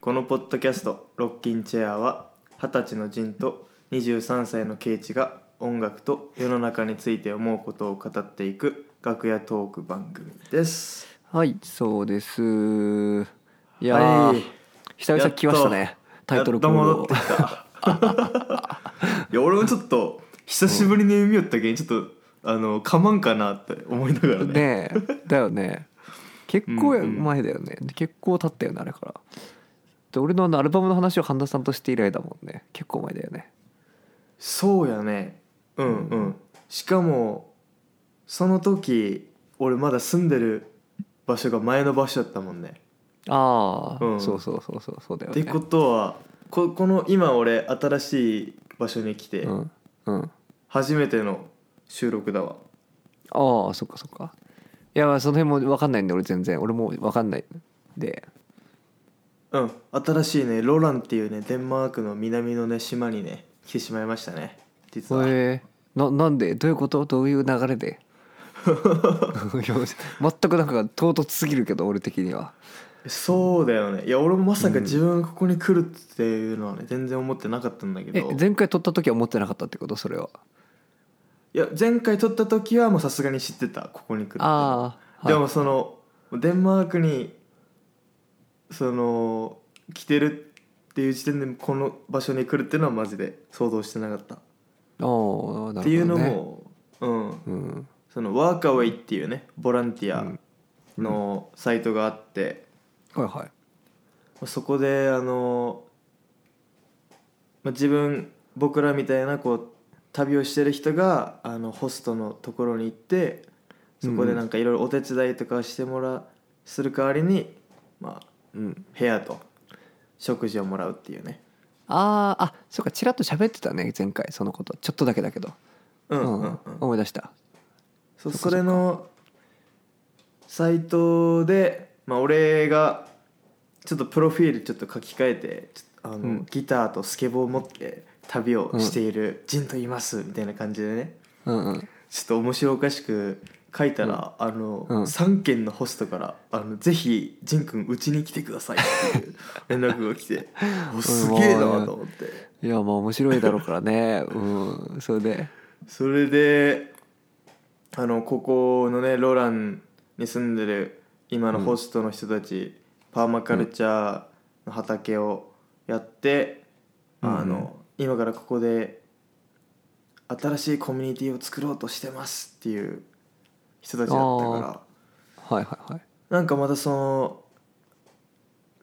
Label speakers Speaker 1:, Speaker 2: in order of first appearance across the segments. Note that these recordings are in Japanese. Speaker 1: ポッドキャスト「ロッキンチェアは」二十歳のジンと23歳のケイチが音楽と世の中について思うことを語っていく楽屋トーク番組です
Speaker 2: はいそうですいやー、
Speaker 1: はい
Speaker 2: 久々来ましたねタイトルコール
Speaker 1: やっと戻っ
Speaker 2: を
Speaker 1: てきたいや俺もちょっと久しぶりに耳寄ったけんちょっとあのかまんかなって思いながらね
Speaker 2: ねえだよね結構
Speaker 1: うんうん
Speaker 2: 前だよね、結構経ったよねあれからで俺のあのアルバムの話を半田さんとして以来だもんね結構前だよね
Speaker 1: そうやねうんうん、しかもその時俺まだ住んでる場所が前の場所だったもんね
Speaker 2: ああ、
Speaker 1: うん
Speaker 2: そうそうそうそうそうだよ
Speaker 1: っ
Speaker 2: ね
Speaker 1: てことはここの今俺新しい場所に来て
Speaker 2: うんうん
Speaker 1: 初めての収録だわ、
Speaker 2: ああそっかそっかいやまあその辺も分かんないんで俺全然俺も分かんないんで
Speaker 1: うん、新しいねロランっていうねデンマークの南のね島にね来てしまいましたね実は、
Speaker 2: えー、ななんでどういうことどういう流れでいや全くなんか唐突すぎるけど俺的には
Speaker 1: そうだよねいや俺もまさか自分がここに来るっていうのはね全然思ってなかったんだけ
Speaker 2: え
Speaker 1: ど
Speaker 2: 前回撮った時は思ってなかったってことそれはい
Speaker 1: や前回撮った時はもうさすがに知ってたここに来るって
Speaker 2: ああ
Speaker 1: でもそのデンマークにその来てるっていう時点でこの場所に来るっていうのはマジで想像してなかった、
Speaker 2: おーなるほど、ね、
Speaker 1: っていうのも、うん、
Speaker 2: うん
Speaker 1: そのワーカウェイっていうねボランティアのサイトがあって、
Speaker 2: はいはい
Speaker 1: そこであの、まあ、自分僕らみたいなこう旅をしてる人があのホストのところに行ってそこでなんかいろいろお手伝いとかしてもらする代わりに、まあ、
Speaker 2: うん
Speaker 1: 部屋と食事をもらうっていうね
Speaker 2: あーあそうかちらっと喋ってたね前回そのことちょっとだけだけど、
Speaker 1: うんうんうん、
Speaker 2: 思い出した
Speaker 1: そう
Speaker 2: そっか
Speaker 1: それのサイトで、まあ、俺がちょっとプロフィールちょっと書き換えてちょっとあの、
Speaker 2: うん
Speaker 1: ギターとスケボーを持って旅をしているジンと言いますみたいな感じでね
Speaker 2: うんうん
Speaker 1: ちょっと面白おかしく書いたら、あの、
Speaker 2: うん
Speaker 1: 3件のホストから「あのぜひジン君うちに来てください」っていう連絡が来 ておすげえなと思って。
Speaker 2: いやまあ面白いだろうからねうんそれ で
Speaker 1: それであのここのねロランに住んでる今のホストの人たち、パーマカルチャーの畑をやって、
Speaker 2: うん
Speaker 1: あの今からここで新しいコミュニティを作ろうとしてますっていう人たちだったから
Speaker 2: はいはいはい
Speaker 1: なんかまたその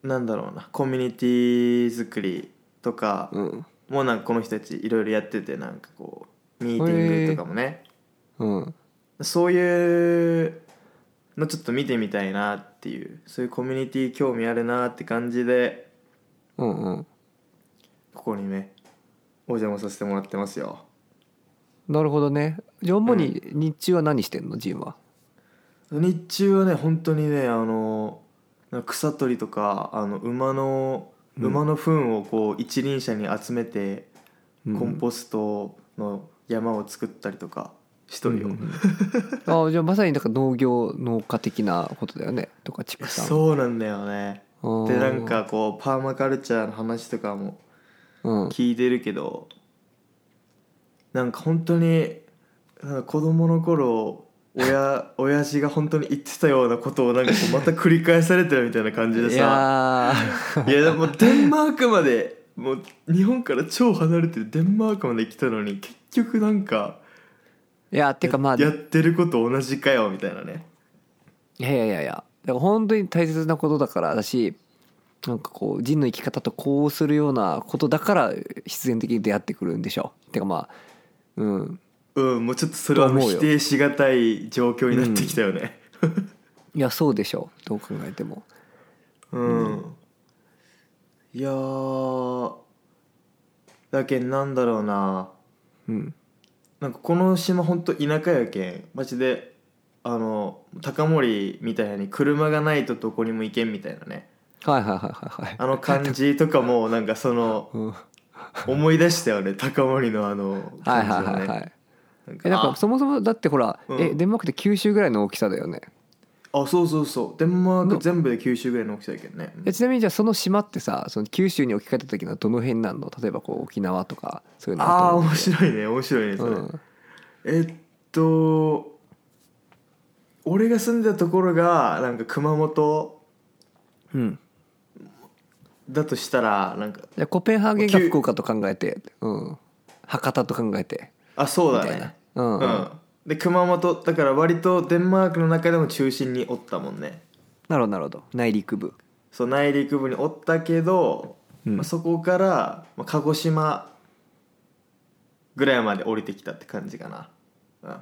Speaker 1: なんだろうなコミュニティ作りとか、
Speaker 2: うん
Speaker 1: もうなんかこの人たちいろいろやっててなんかこうミーティングとかもね、
Speaker 2: うん
Speaker 1: そういうのちょっと見てみたいなっていうそういうコミュニティ興味あるなって感じで
Speaker 2: うんうん
Speaker 1: ここにねお邪魔させてもらってますよ
Speaker 2: なるほどねじゃあ主に日中は何してんのジンは
Speaker 1: 日中はね本当にねあのなんか草取りとかあの馬の
Speaker 2: うん
Speaker 1: 馬の糞をこう一輪車に集めてコンポストの山を作ったりとかしとるよ、
Speaker 2: うんうんうんあじゃあまさになんか農業農家的なことだよねとか畜産
Speaker 1: そうなんだよね
Speaker 2: う
Speaker 1: でなんかこうパーマカルチャーの話とかも
Speaker 2: うん
Speaker 1: 聞いてるけどなんか本当になんか子供の頃 親親父が本当に言ってたようなことをなんかこうまた繰り返されてるみたいな感じで
Speaker 2: い
Speaker 1: さ
Speaker 2: や
Speaker 1: いやでもデンマークまでもう日本から超離れてるデンマークまで来たのに結局なんか
Speaker 2: ーいやてかまあい
Speaker 1: や
Speaker 2: や
Speaker 1: ってること同じかよみたいなね
Speaker 2: いやいやいやだから本当に大切なことだからだしなんかこう人の生き方とこうするようなことだから必然的に出会ってくるんでしょてかまあうん
Speaker 1: うんもうちょっとそれは
Speaker 2: と思うよ
Speaker 1: 否定しがたい状況になってきたよね
Speaker 2: いやそうでしょどう考えても
Speaker 1: うんいやーだけんなんだろうな
Speaker 2: うん
Speaker 1: なんかこの島ほんと田舎やけんマジであの高森みたいに車がないとどこにも行けんみたいなね
Speaker 2: はいはいはいはいはい
Speaker 1: あの感じとかも なんかその
Speaker 2: うん
Speaker 1: 思い出したよね高森のあの感
Speaker 2: はい
Speaker 1: じを
Speaker 2: はい
Speaker 1: ね
Speaker 2: はいはい
Speaker 1: なん
Speaker 2: えなんか
Speaker 1: か
Speaker 2: そもそもだってほら、
Speaker 1: うん
Speaker 2: えデンマークって九州ぐらいの大きさだよね
Speaker 1: ああそうそうそうデンマーク全部で九州ぐらいの大きさやけんね
Speaker 2: えちなみにじゃあその島ってさその九州に置き換えた時のはどの辺なんの例えばこう沖縄とかそういうの
Speaker 1: ああ
Speaker 2: と思う
Speaker 1: 面白いね面白いねそれ、
Speaker 2: うん
Speaker 1: えっと俺が住んでたところがなんか熊本
Speaker 2: うん、
Speaker 1: だとしたらなんか
Speaker 2: じゃあコペンハーゲンが
Speaker 1: 九
Speaker 2: 福岡と考えて、うん、博多と考えて
Speaker 1: あそう
Speaker 2: み
Speaker 1: だ
Speaker 2: たい
Speaker 1: ね
Speaker 2: な、うん
Speaker 1: う
Speaker 2: うん
Speaker 1: んで熊本だから割とデンマークの中でも中心におったもんね
Speaker 2: なるほどなるほど内陸部
Speaker 1: そう内陸部におったけど、
Speaker 2: うん
Speaker 1: まあ、そこから、まあ、鹿児島ぐらいまで降りてきたって感じかな、うん
Speaker 2: あ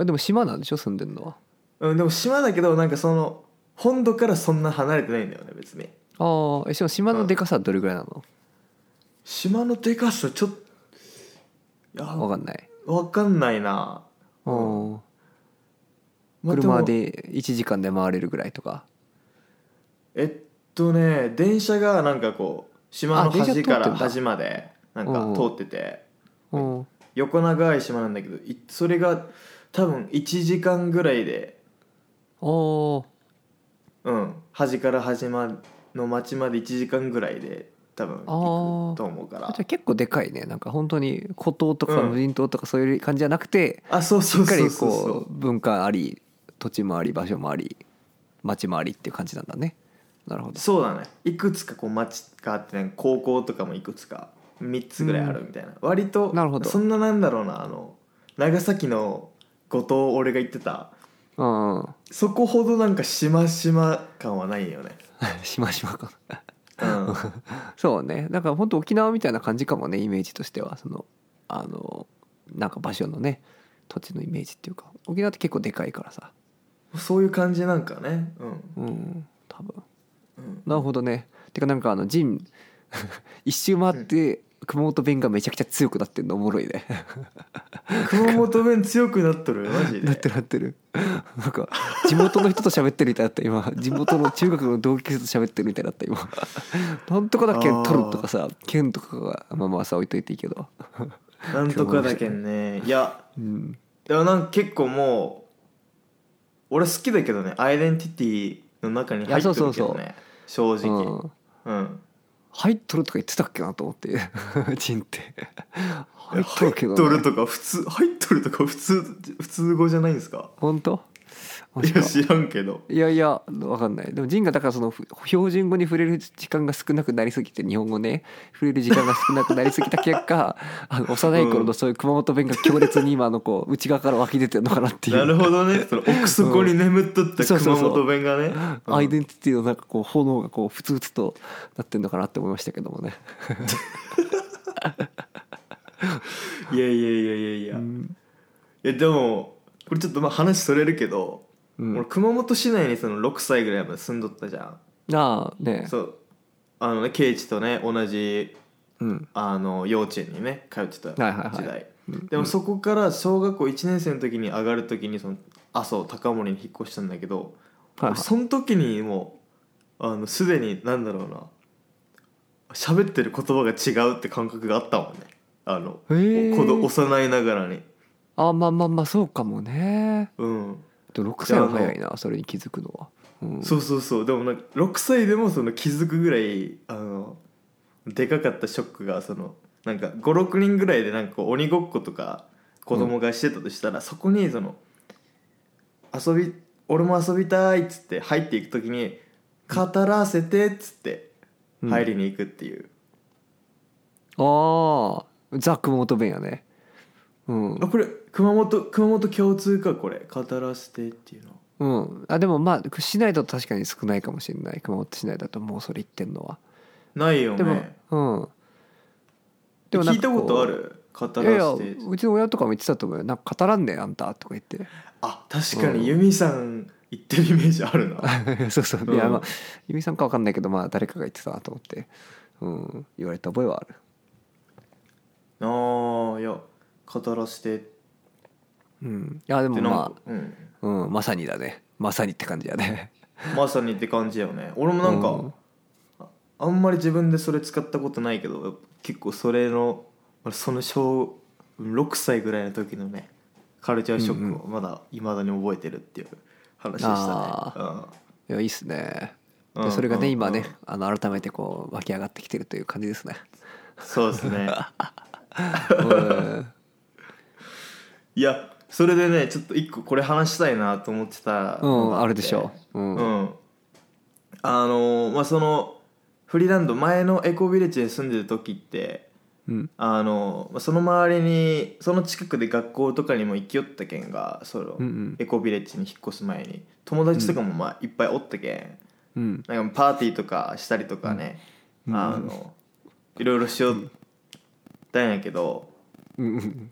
Speaker 2: あでも島なんでしょ住んでんのは
Speaker 1: うん、でも島だけどなんかその本土からそんな離れてないんだよね別に
Speaker 2: ああえしかも島のでかさはどれぐらいなの、
Speaker 1: 島のでかさちょっとい
Speaker 2: わ
Speaker 1: や
Speaker 2: かんない
Speaker 1: わかんないな、
Speaker 2: あー
Speaker 1: まあ
Speaker 2: 車
Speaker 1: も
Speaker 2: で1時間で回れるぐらいとか
Speaker 1: えっとね電車がなんかこう島の
Speaker 2: あ電車
Speaker 1: 端
Speaker 2: 通ってん
Speaker 1: か
Speaker 2: だ
Speaker 1: ら端までなん
Speaker 2: うん
Speaker 1: か通ってて
Speaker 2: うん
Speaker 1: 横長い島なんだけどいそれが多分1時間ぐらいで
Speaker 2: あー
Speaker 1: うん端から端まの町まで1時間ぐらいで多分行
Speaker 2: あー
Speaker 1: くと思うから
Speaker 2: あじゃあ結構でかいねなんか本当に孤島とか
Speaker 1: うん
Speaker 2: 無人島とかそういう感じじゃなくて、
Speaker 1: あそうそう
Speaker 2: しっか
Speaker 1: そ
Speaker 2: り
Speaker 1: うそうそ
Speaker 2: こ
Speaker 1: う
Speaker 2: う文化あり土地もあり場所もあり町もありっていう感じなんだねなるほど
Speaker 1: そうだねいくつかこう町があってね高校とかもいくつか3つぐらいあるみたいな、割と
Speaker 2: なるほど
Speaker 1: そんななんだろうなあの長崎の五島俺が行ってた
Speaker 2: うん うん
Speaker 1: そこほどなんかしましま感はないよね
Speaker 2: しましまか
Speaker 1: うん
Speaker 2: そうねだから本当沖縄みたいな感じかもねイメージとしてはそのあのなんか場所のね土地のイメージっていうか沖縄って結構でかいからさ
Speaker 1: そういう感じなんかねうん
Speaker 2: うん多分
Speaker 1: うん
Speaker 2: なるほどねてかなんかあのジン 一周回って熊本弁がめちゃくちゃ強くなってんのおもろいね
Speaker 1: 熊本弁強くなっとるマジで
Speaker 2: なってるなってる なんか地元の人と喋ってるみたいだった今地元の中学の同級生と喋ってるみたいだった今 なんとかだけん取るとかさ県とかがまあまあさ置いといていいけど
Speaker 1: なんとかだけんねいや
Speaker 2: うん
Speaker 1: でもなんか結構もう俺好きだけどねアイデンティティの中に入っとるけどね正直
Speaker 2: うん
Speaker 1: うん
Speaker 2: 入っとるとか言ってたっけなと思って ジンって入っと
Speaker 1: 入
Speaker 2: る
Speaker 1: っ
Speaker 2: けど、
Speaker 1: とるとか普通入っとるとか普通普通語じゃないんですか
Speaker 2: 本当マ
Speaker 1: い
Speaker 2: ジか
Speaker 1: や知らんけど
Speaker 2: いやいやわかんないでもジンがだからそのふ標準語に触れる時間が少なくなりすぎて日本語ね触れる時間が少なくなりすぎた結 果あの幼い頃のそういう熊本弁が強烈に今のこう内側から湧き出てるのかなっていう
Speaker 1: なるほどねその奥底に眠っとった
Speaker 2: そうそう
Speaker 1: 熊
Speaker 2: そう
Speaker 1: 本弁がねうん
Speaker 2: アイデンティティのなんかこう炎がこうふつふつとなってるのかなって思いましたけどもね、
Speaker 1: いやいやいやいやいや
Speaker 2: う
Speaker 1: い
Speaker 2: ん
Speaker 1: やでもこれちょっとまあ話それるけど
Speaker 2: うん
Speaker 1: 俺熊本市内にその6歳ぐらいまで住んどったじゃ
Speaker 2: なあね
Speaker 1: んそうあのね圭一とね同じ
Speaker 2: うん
Speaker 1: あの幼稚園にね通ってた時
Speaker 2: はいはいはい
Speaker 1: 代でもそこから小学校1年生の時に上がる時にその阿蘇高森に引っ越したんだけど
Speaker 2: はいはい
Speaker 1: その時にもうあのすでになんだろうな喋ってる言葉が違うって感覚があったもんねあの
Speaker 2: へえ
Speaker 1: 子供幼いながらに
Speaker 2: あまあまあまあそうかもね
Speaker 1: うん、
Speaker 2: でも6歳は早いなそれに気づくのは、うん、
Speaker 1: そうそうそうでもなんか6歳でもその気づくぐらいあのでかかったショックがそのなんか56人ぐらいでなんかこう鬼ごっことか子供がしてたとしたら、そこにその遊び俺も遊びたいっつって入っていく時に「語らせて」っつって
Speaker 2: うん
Speaker 1: 入りに行くっていう、
Speaker 2: ああザ・熊本弁やねうん
Speaker 1: あこれ熊本熊本共通かこれ語らせてっていうの
Speaker 2: うんあでもまあ市内だと確かに少ないかもしれない熊本市内だともうそれ言ってんのは
Speaker 1: ないよ
Speaker 2: でも、
Speaker 1: ね
Speaker 2: うん
Speaker 1: でも
Speaker 2: なん
Speaker 1: 聞い
Speaker 2: か
Speaker 1: た
Speaker 2: こう
Speaker 1: ことある語ら
Speaker 2: いやいや
Speaker 1: せて
Speaker 2: うちの親とかも言ってたと思うよなんか語らんねえあんたとか言って
Speaker 1: あ確かにユミさん行ってるイメージあるな
Speaker 2: そうそう、
Speaker 1: うん
Speaker 2: いやまあ由美さんか分かんないけどまあ誰かが言ってたなと思って、うん、言われた覚えはある
Speaker 1: あーいや語らせてっ
Speaker 2: うんいやでも
Speaker 1: てなんか
Speaker 2: ま、
Speaker 1: うん、
Speaker 2: あ、うん、まさにだねまさにって感じやね
Speaker 1: まさにって感じよね俺もなんか、
Speaker 2: うん
Speaker 1: ああんまり自分でそれ使ったことないけど結構それの俺その小6歳ぐらいの時のねカルチャーショックをまだいまだに覚えてるっていう話でしたね
Speaker 2: いやいいっすね
Speaker 1: うん
Speaker 2: で
Speaker 1: うん
Speaker 2: それがね
Speaker 1: うん
Speaker 2: 今ね
Speaker 1: うん
Speaker 2: あの改めてこう湧き上がってきてるという感じで すね
Speaker 1: そうですね
Speaker 2: うん
Speaker 1: いやそれでねちょっと一個これ話したいなと思ってた
Speaker 2: う
Speaker 1: の
Speaker 2: ん
Speaker 1: が
Speaker 2: あ
Speaker 1: って
Speaker 2: るでしょううん
Speaker 1: う
Speaker 2: うん
Speaker 1: んあのまあそのフリーランド前のエコビレッジに住んでる時って
Speaker 2: うん
Speaker 1: あのまあその周りにその近くで学校とかにも行きよったけんがその、
Speaker 2: うん
Speaker 1: エコビレッジに引っ越す前に友達とかもまあいっぱいおったけん、
Speaker 2: うん
Speaker 1: なんかパーティーとかしたりとかね、
Speaker 2: うん
Speaker 1: あのいろいろしよったんやけど、
Speaker 2: うんうん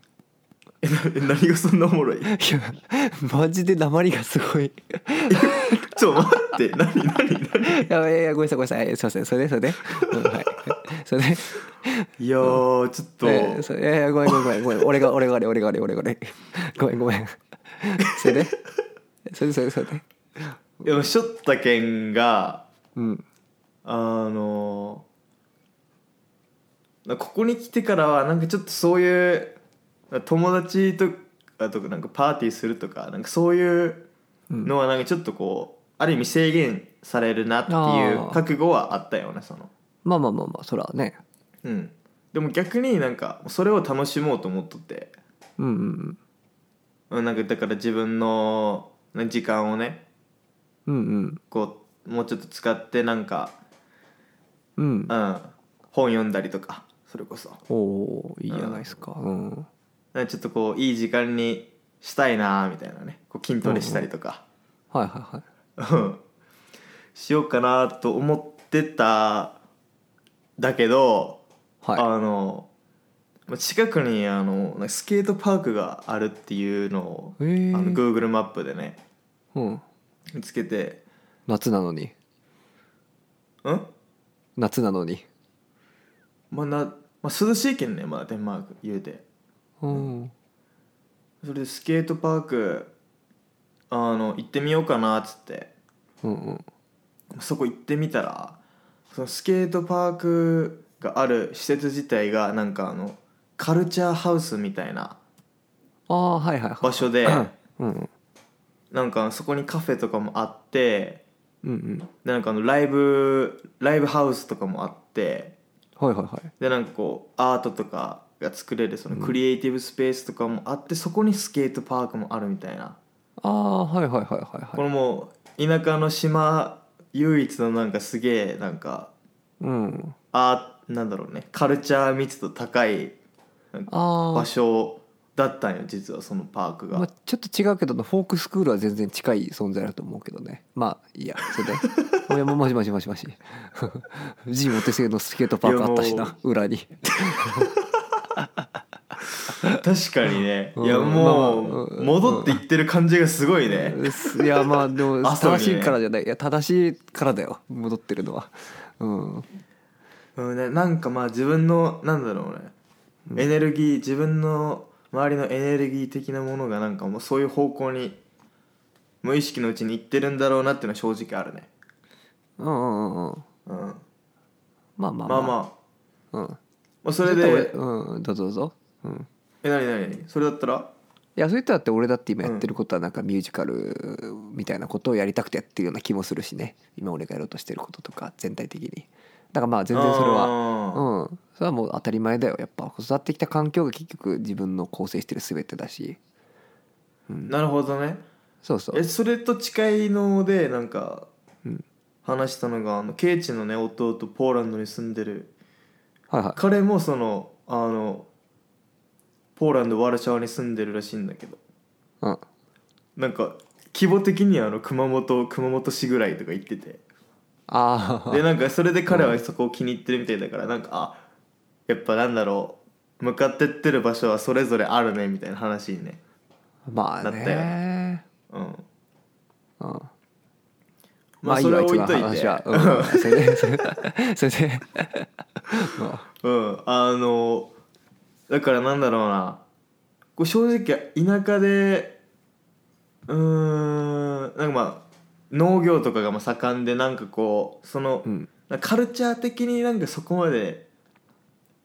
Speaker 1: えな何がそんなおもろい
Speaker 2: いやマジで鉛がすごい
Speaker 1: ちょ待って何何何
Speaker 2: やばいやいやごめんなさいごめんなさいはいすいませんそれでそれで、うんはい、 それで
Speaker 1: いやーちょっと、
Speaker 2: えーそういやいやごめんごめんごめん俺が俺が俺が俺が俺が俺が俺がごめんごめんそれでそれでそれでそれで
Speaker 1: いやしょったけんが
Speaker 2: うん
Speaker 1: あのなここに来てからはなんかちょっとそういう友達とかとかなんかパーティーするとかなんかそういうのはなんかちょっとこうある意味制限されるなっていう覚悟はあったよねその、
Speaker 2: まあまあまあまあそらね
Speaker 1: うん、でも逆になんかそれを楽しもうと思っとって
Speaker 2: うんうん
Speaker 1: うんなんかだから自分のな時間をね
Speaker 2: うんうん
Speaker 1: こうもうちょっと使ってなんか、
Speaker 2: うんうん
Speaker 1: うん、本読んだりとかそれこそ
Speaker 2: おおーいいじゃないですかうん
Speaker 1: なんかちょっとこういい時間にしたいなーみたいなねこう筋トレしたりとか、
Speaker 2: はいはいはい
Speaker 1: うん、しようかなと思ってただけど、
Speaker 2: はい
Speaker 1: あのまあ近くにあのなんかスケートパークがあるっていうのを
Speaker 2: え
Speaker 1: あの
Speaker 2: ー
Speaker 1: Google マップでね
Speaker 2: うん、
Speaker 1: 見つけて
Speaker 2: 夏なのに
Speaker 1: うん、
Speaker 2: 夏なのに
Speaker 1: まあなまあ、涼しいけんねまあデンマーク言うて
Speaker 2: うん
Speaker 1: それでスケートパークあの行ってみようかなっつって
Speaker 2: うんうん
Speaker 1: そこ行ってみたらそのスケートパークがある施設自体がなんかあのカルチャーハウスみたいな
Speaker 2: ああーはいはいは
Speaker 1: 場
Speaker 2: い
Speaker 1: 所で
Speaker 2: うんうん
Speaker 1: なんかそこにカフェとかもあって
Speaker 2: うんうん
Speaker 1: でなんかあのライブライブハウスとかもあって
Speaker 2: はいはいはい
Speaker 1: でなんかこうアートとかが作れるそのクリエイティブスペースとかもあってそこにスケートパークもあるみたいな、
Speaker 2: ああはいはいはいはい
Speaker 1: こ
Speaker 2: はい
Speaker 1: のもう田舎の島唯一のなんかすげえなんか
Speaker 2: うん
Speaker 1: あーなんだろうねカルチャー密度高い
Speaker 2: ああ
Speaker 1: 場所だったんよ実はそのパーク
Speaker 2: まあ
Speaker 1: が、
Speaker 2: ちょっと違うけどフォークスクールは全然近い存在だと思うけどねまあいいやそれで おやももしもしもしも しジモテ製のスケートパークあったし
Speaker 1: いや
Speaker 2: な裏に
Speaker 1: 確かにね、
Speaker 2: うん
Speaker 1: いやもう、
Speaker 2: まあまあうん
Speaker 1: 戻っていってる感じがすごいね、
Speaker 2: いやまあ でも
Speaker 1: あそうね
Speaker 2: 正しいからじゃないいや正しいからだよ戻ってるのはうん
Speaker 1: うんねなんかまあ自分のなんだろうね、エネルギー自分の周りのエネルギー的なものがなんかもうそういう方向に無意識のうちに行ってるんだろうなっていうのは正直あるね、
Speaker 2: うんうんうんうん
Speaker 1: うん、
Speaker 2: まあまあ
Speaker 1: まあまあ、
Speaker 2: まあ
Speaker 1: ま
Speaker 2: うん
Speaker 1: あ、それで
Speaker 2: うんどうぞどうぞうん
Speaker 1: え何何それだったら
Speaker 2: いやそういったらだって俺だって今やってることはなんかミュージカルみたいなことをやりたくてやってるような気もするしね今俺がやろうとしてることとか全体的にだからまあ全然それは
Speaker 1: は
Speaker 2: うんそれはもう当たり前だよやっぱ育ってきた環境が結局自分の構成してる全てだし
Speaker 1: なるほどね
Speaker 2: そうそう
Speaker 1: えそれと近いのでなんか
Speaker 2: うん
Speaker 1: 話したのがあのケイチのね弟ポーランドに住んでる
Speaker 2: はいはい
Speaker 1: 彼もそのあのポーランドワルシャワに住んでるらしいんだけど
Speaker 2: うん
Speaker 1: なんか規模的にはあの熊本熊本市ぐらいとか言ってて
Speaker 2: ああ
Speaker 1: でなんかそれで彼はそこを気に入ってるみたいだからなんかあやっぱなんだろう向かってってる場所はそれぞれあるねみたいな話にね
Speaker 2: まあ
Speaker 1: だったよ
Speaker 2: ね
Speaker 1: うん
Speaker 2: うん
Speaker 1: ま
Speaker 2: ま
Speaker 1: あ
Speaker 2: あ
Speaker 1: それは
Speaker 2: は
Speaker 1: 置いといて
Speaker 2: 話はうんそれでそれでそれでま
Speaker 1: うんあのだからなんだろうなこう正直田舎でうーんなんかまあ農業とかがまあ盛んでなんかこうその
Speaker 2: あ、うん
Speaker 1: なんかカルチャー的になんかそこまで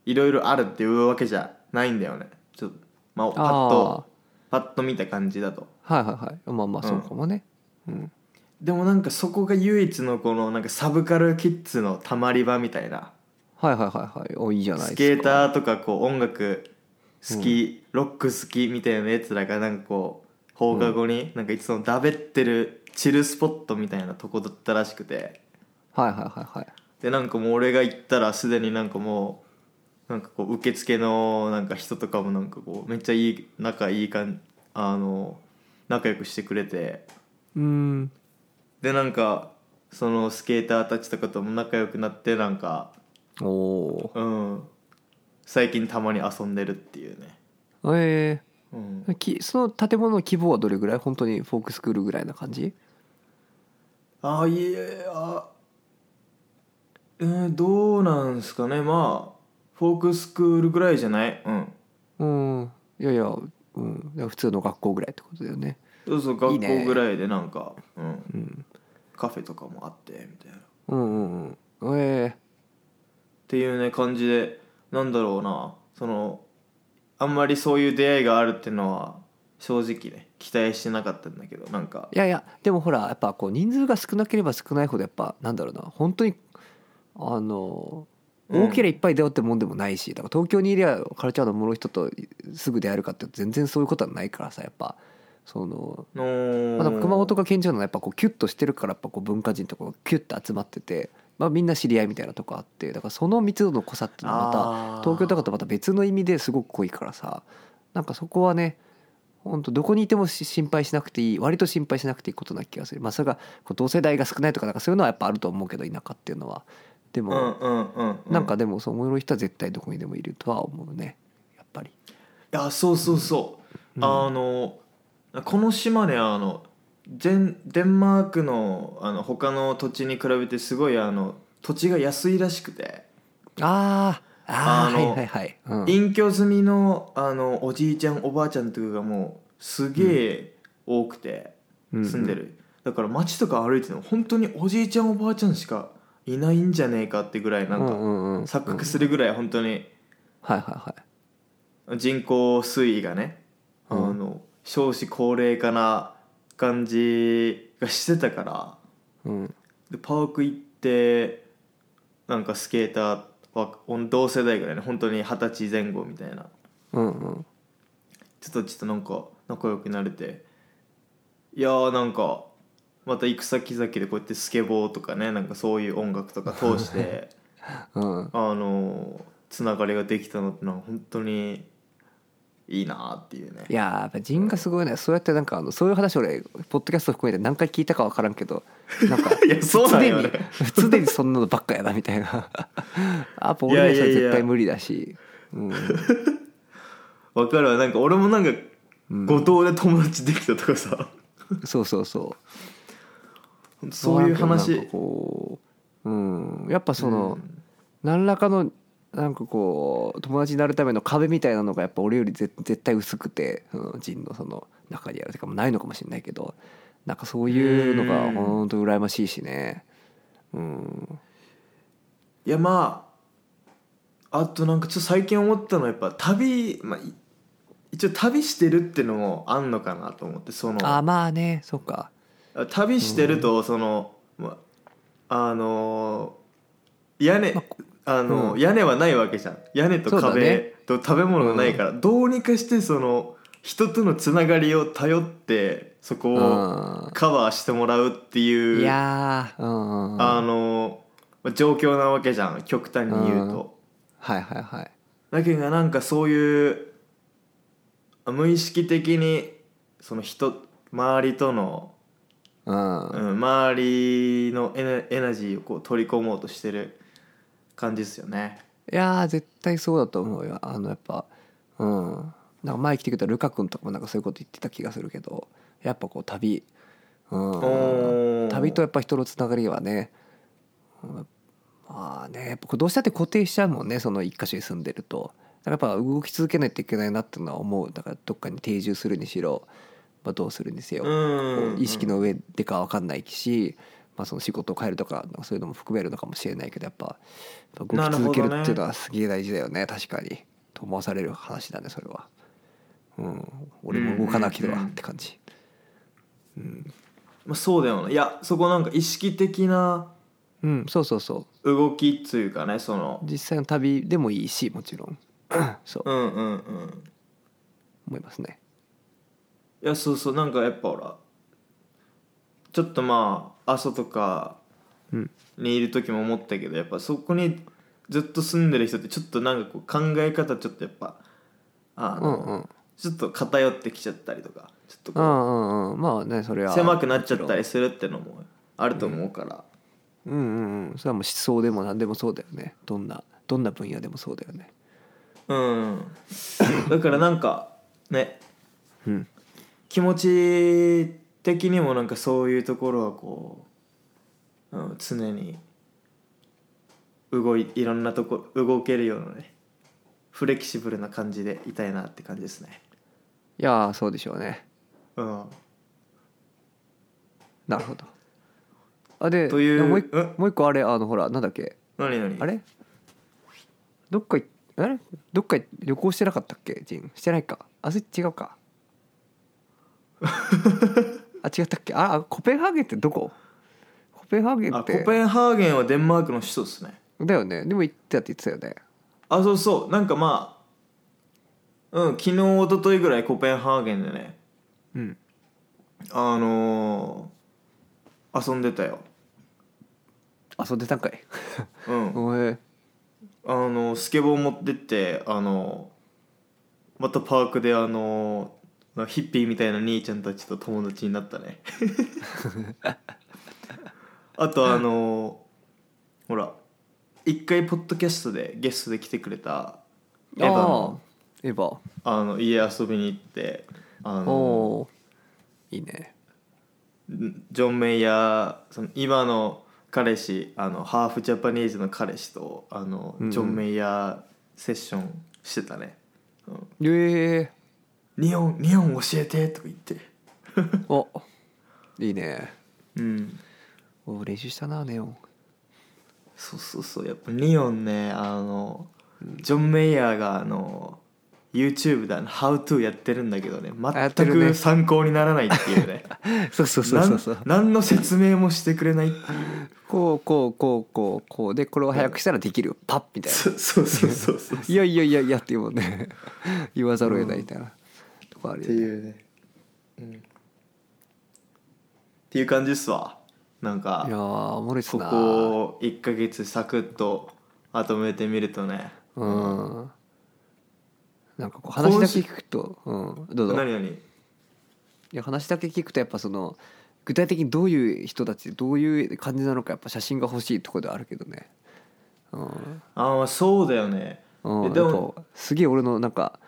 Speaker 1: いろいろあるっていうわけじゃないんだよねちょっとまあパッと
Speaker 2: あ
Speaker 1: パッと見た感じだと
Speaker 2: あはいはいはいまあまあそうかもねうん
Speaker 1: でもなんかそこが唯一のこのなんかサブカルキッズのたまり場みたいな
Speaker 2: はいはいはいはいおいいじゃないです
Speaker 1: ス
Speaker 2: か
Speaker 1: ケーターとかこう音楽好き、ロック好きみたいなやつらがなんかこう放課後になんかいつもだべってるチルスポットみたいなとこだったらしくて
Speaker 2: はいはいはいはい
Speaker 1: でなんかもう俺が行ったらすでになんかもうなんかこう受付のなんか人とかもなんかこうめっちゃいい仲いいかんあの仲良くしてくれて
Speaker 2: うん
Speaker 1: でなんかそのスケーターたちとかとも仲良くなってなんか
Speaker 2: おお
Speaker 1: うん最近たまに遊んでるっていうね、
Speaker 2: ーえ
Speaker 1: うん、
Speaker 2: ー、きその建物の規模はどれぐらい本当にフォークスクールぐらいな感じ
Speaker 1: ああいえあえーどうなんすかねまあフォークスクールぐらいじゃないうん
Speaker 2: うんいやいや、うん、いや普通の学校ぐらいってことだよね
Speaker 1: そうそう
Speaker 2: い
Speaker 1: 学
Speaker 2: いね
Speaker 1: 校ぐらいでなんかうん、
Speaker 2: うん
Speaker 1: カフェとかもあってみたいなっ
Speaker 2: うんうんうんえ
Speaker 1: ていうね感じでなんだろうなそのあんまりそういう出会いがあるっていうのは正直ね期待してなかったんだけどなんか
Speaker 2: ーいやいやでもほらやっぱこう人数が少なければ少ないほどやっぱなんだろうな本当にあの
Speaker 1: うん
Speaker 2: 多ければいっぱい出会うってもんでもないし、だから東京にいりゃカルチャーのもろい人とすぐ出会えるかって全然そういうことはないからさやっぱその
Speaker 1: の
Speaker 2: まあ、でも熊本が県庁のやっぱこうキュッとしてるからやっぱこう文化人とかがキュッと集まってて、まあ、みんな知り合いみたいなとこあってだからその密度の濃さっていうのはまた
Speaker 1: あー
Speaker 2: 東京とかとまた別の意味ですごく濃いからさなんかそこはね本当どこにいてもし心配しなくていい割と心配しなくていいことな気がする、まあ、それがこう同世代が少ないとかなんかそういうのはやっぱあると思うけど田舎っていうのはで
Speaker 1: う
Speaker 2: も、
Speaker 1: んうんうん、うん、
Speaker 2: なんかでもそう思い人は絶対どこにでもいるとは思うねやっぱり。
Speaker 1: いやそうそうそう、
Speaker 2: うん
Speaker 1: あのこの島ねあのデンデンマークのあの他の土地に比べてすごいあの土地が安いらしくて
Speaker 2: あー
Speaker 1: あ
Speaker 2: あーは
Speaker 1: の
Speaker 2: いはいはい、うん
Speaker 1: 隠居済みのあのおじいちゃんおばあちゃんとかがもうすげえ多くて
Speaker 2: うん
Speaker 1: 住んでる、だから街とか歩いてても本当におじいちゃんおばあちゃんしかいないんじゃねえかってぐらいな
Speaker 2: うん
Speaker 1: か
Speaker 2: んうん
Speaker 1: 錯
Speaker 2: うん
Speaker 1: 覚するぐらい本当に
Speaker 2: はいはいはい
Speaker 1: 人口推移がね、
Speaker 2: うん
Speaker 1: あの少子高齢化な感じがしてたから
Speaker 2: うん
Speaker 1: でパーク行ってなんかスケーターはおん同世代ぐらいね本当に二十歳前後みたいな
Speaker 2: うんうん
Speaker 1: ちょっとちょっとなんか仲良くなれていやーなんかまた行く先々でこうやってスケボーとかねなんかそういう音楽とか通して
Speaker 2: うん
Speaker 1: あのーつながりができたのってのは本当にいいなーっていうね
Speaker 2: いやーやっぱ人がすごいねそうやってなんかあのそういう話俺ポッドキャスト含めて何回聞いたか分からんけどなんか
Speaker 1: いやそうなんよね
Speaker 2: 普通でにそんなのばっかやな みたいなあやっぱ俺にはそれ絶対無理だしうん
Speaker 1: わかるわなんか俺もなんか
Speaker 2: うん
Speaker 1: 五島で友達できたとかさ、
Speaker 2: そうそうそう
Speaker 1: そういう
Speaker 2: なんか
Speaker 1: 話
Speaker 2: こううんやっぱその、
Speaker 1: うん
Speaker 2: 何らかのなんかこう友達になるための壁みたいなのがやっぱ俺よりぜ絶対薄くて、うん、人のその中にあるてかもうないのかもしれないけどなんかそういうのが
Speaker 1: うん
Speaker 2: 本当羨ましいしねうん
Speaker 1: いやまああとなんかちょっと最近思ったのはやっぱ旅、まあ、い一応旅してるってのもあんのかなと思ってそ
Speaker 2: あ
Speaker 1: の
Speaker 2: まあねそっか
Speaker 1: 旅してるとその、まあのー屋根
Speaker 2: ま
Speaker 1: あのー
Speaker 2: うん
Speaker 1: 屋根はないわけじゃん屋根と
Speaker 2: そうだね
Speaker 1: 壁と食べ物がないから、どうにかしてその人とのつながりを頼ってそこ
Speaker 2: う
Speaker 1: を
Speaker 2: ん
Speaker 1: カバーしてもらうっていう
Speaker 2: いやーうんうんうん
Speaker 1: あ
Speaker 2: は
Speaker 1: のまあ状況なわけじゃん極端に言うと、
Speaker 2: いはいはい
Speaker 1: だけどなんかそういうあ無意識的にその人周りとの、
Speaker 2: うん
Speaker 1: うん、周りのエネエナジーをこう取り込もうとしてる感じですよね
Speaker 2: いやー絶対そうだと思うよあのやっぱうんなんか前来てくれたルカ君とかもなんかそういうこと言ってた気がするけどやっぱこう旅う
Speaker 1: お
Speaker 2: ん
Speaker 1: ー
Speaker 2: 旅とやっぱ人のつながりはね、うんまあねやっぱこうどうしたって固定しちゃうもんねその一箇所に住んでるとだからやっぱ動き続けないといけないなっていうのは思うだからどっかに定住するにしろ、まあ、どうするにせよ、
Speaker 1: うん
Speaker 2: 意識の上でかは分かんないし、まあ、その仕事を変えるとかなんかそういうのも含めるのかもしれないけどやっぱ動き続けるっていうのはすげえ大事だよね確かにと思わされる話だねそれは、うん、俺も動かなきゃ
Speaker 1: うんうんう
Speaker 2: は
Speaker 1: ん
Speaker 2: って感じ、
Speaker 1: まあ、そうだよないやそこなんか意識的な
Speaker 2: うんそうそうそう
Speaker 1: 動きっていうかねその
Speaker 2: 実際の旅でもいいしもちろん そう
Speaker 1: うんうんうん
Speaker 2: 思いますね
Speaker 1: いやそうそうなんかやっぱほらちょっとまあ阿蘇とか
Speaker 2: うん
Speaker 1: にいる時も思ったけどやっぱそこにずっと住んでる人ってちょっとなんかこう考え方ちょっとやっぱあ
Speaker 2: う
Speaker 1: の、
Speaker 2: んうん
Speaker 1: ちょっと偏ってきちゃったりとかちょっと
Speaker 2: う
Speaker 1: こ
Speaker 2: んうんうんまあねそれ
Speaker 1: う
Speaker 2: は
Speaker 1: 狭くなっちゃったりするってのもあると思うから、
Speaker 2: うんうんうんそれはもう思想でも何でもそうだよねどんなどんな分野でもそうだよね
Speaker 1: うん、だからなんかね
Speaker 2: うん
Speaker 1: 気持ち的にもなんかそういうところはこう、うん、常に動いいろんなとこ動けるようなねフレキシブルな感じでいたいなって感じですね
Speaker 2: いやーそうでしょうね
Speaker 1: うん
Speaker 2: なるほどあで
Speaker 1: という
Speaker 2: もう一
Speaker 1: うん
Speaker 2: もう一個あれあのほらなんだっけ
Speaker 1: 何何
Speaker 2: あれどっかいあれどっかい旅行してなかったっけジンしてないかあそれ違うか あ違ったっけああコペンハーゲンってどこコペンハーゲン
Speaker 1: あ
Speaker 2: っ
Speaker 1: コ
Speaker 2: て
Speaker 1: ペンハーゲンはデンマークの首都ですね
Speaker 2: だよねでも行ってたって言ってたよね
Speaker 1: あそうそうなんかまあうん昨日一昨日ぐらいコペンハーゲンでね
Speaker 2: うん
Speaker 1: あのー遊んでたよ
Speaker 2: 遊んでたんかい
Speaker 1: うん
Speaker 2: おえ
Speaker 1: あのスケボー持ってってあのまたパークであのヒッピーみたいな兄ちゃんたちと友達になったねあとあのほら一回ポッドキャストでゲストで来てくれたエヴァの
Speaker 2: エヴァ
Speaker 1: あの家遊びに行ってあ
Speaker 2: お
Speaker 1: の
Speaker 2: おーいいね
Speaker 1: ジョン・メイヤーその今の彼氏あのハーフジャパニーズの彼氏とあの、
Speaker 2: うんうん
Speaker 1: ジョン・メイヤーセッションしてたね
Speaker 2: ええ
Speaker 1: 日本日本教えてとか言って
Speaker 2: おいいね
Speaker 1: うん
Speaker 2: お練習したなネオン
Speaker 1: そうそうそうやっぱニオンねあのジョン・メイヤーがあの YouTube であの「HowTo」やってるんだけどね
Speaker 2: やって
Speaker 1: 全
Speaker 2: るね
Speaker 1: く参考にならないっていう ね
Speaker 2: そうそうそう
Speaker 1: な
Speaker 2: そうんそう
Speaker 1: 何の説明もしてくれないっていう
Speaker 2: こうこうこうこうこうでこれを早くしたらでき るパッみたい な
Speaker 1: そそうそうそうそう
Speaker 2: いやいやいやいやっていうもんね 言わざるを得ないみたいなとこあるよね
Speaker 1: うねうんっていう感じっすわなん
Speaker 2: いやー
Speaker 1: か
Speaker 2: おもろいっす
Speaker 1: こ
Speaker 2: な
Speaker 1: こ1ヶ月サクッとまとめてみるとね
Speaker 2: うんなんかこう話だけ聞くとうんどうぞ
Speaker 1: 何何
Speaker 2: いや話だけ聞くとやっぱその具体的にどういう人たちどういう感じなのかやっぱ写真が欲しいところではあるけどねうん
Speaker 1: ああそうだよね
Speaker 2: うん、
Speaker 1: で
Speaker 2: で
Speaker 1: も
Speaker 2: もすげえ俺のなんか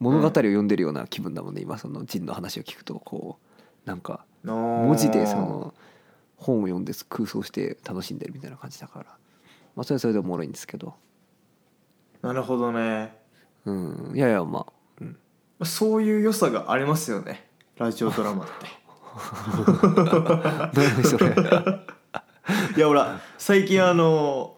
Speaker 2: 物語を読んでるような気分だもんね、今そのジンの話を聞くとこうなんか文
Speaker 1: 文
Speaker 2: 字でその本を読んで空想して楽しんでるみたいな感じだから、まあ、それはそれでおもろいんですけど、
Speaker 1: なるほどね
Speaker 2: うん、いやいやまあ、うん、
Speaker 1: そういう良さがありますよねラジオドラマって
Speaker 2: 何 それ
Speaker 1: いやほら最近あの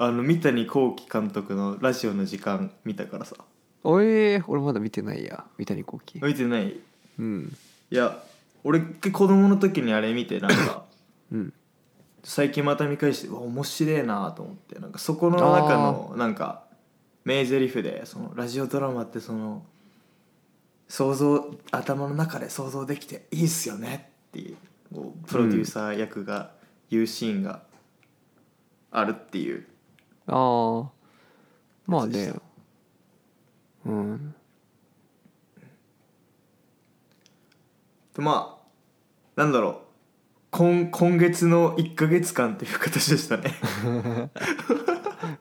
Speaker 1: あの三谷幸喜監督の「ラジオの時間」見たからさ
Speaker 2: おえー俺まだ見てないや三谷幸喜
Speaker 1: 見てないい
Speaker 2: うん
Speaker 1: や俺子供の時にあれ見てなんか
Speaker 2: うん
Speaker 1: 最近また見返してうわ面白えなと思ってなんかそこの中のなんか名台詞でそのラジオドラマってその想像頭の中で想像できていいっすよねっていうこうプロデューサー役が言うシーンがあるっていう、
Speaker 2: ああまあ
Speaker 1: そうで
Speaker 2: ね
Speaker 1: した
Speaker 2: うん
Speaker 1: とまあなんだろう今今月の1か月間っていう形でしたね、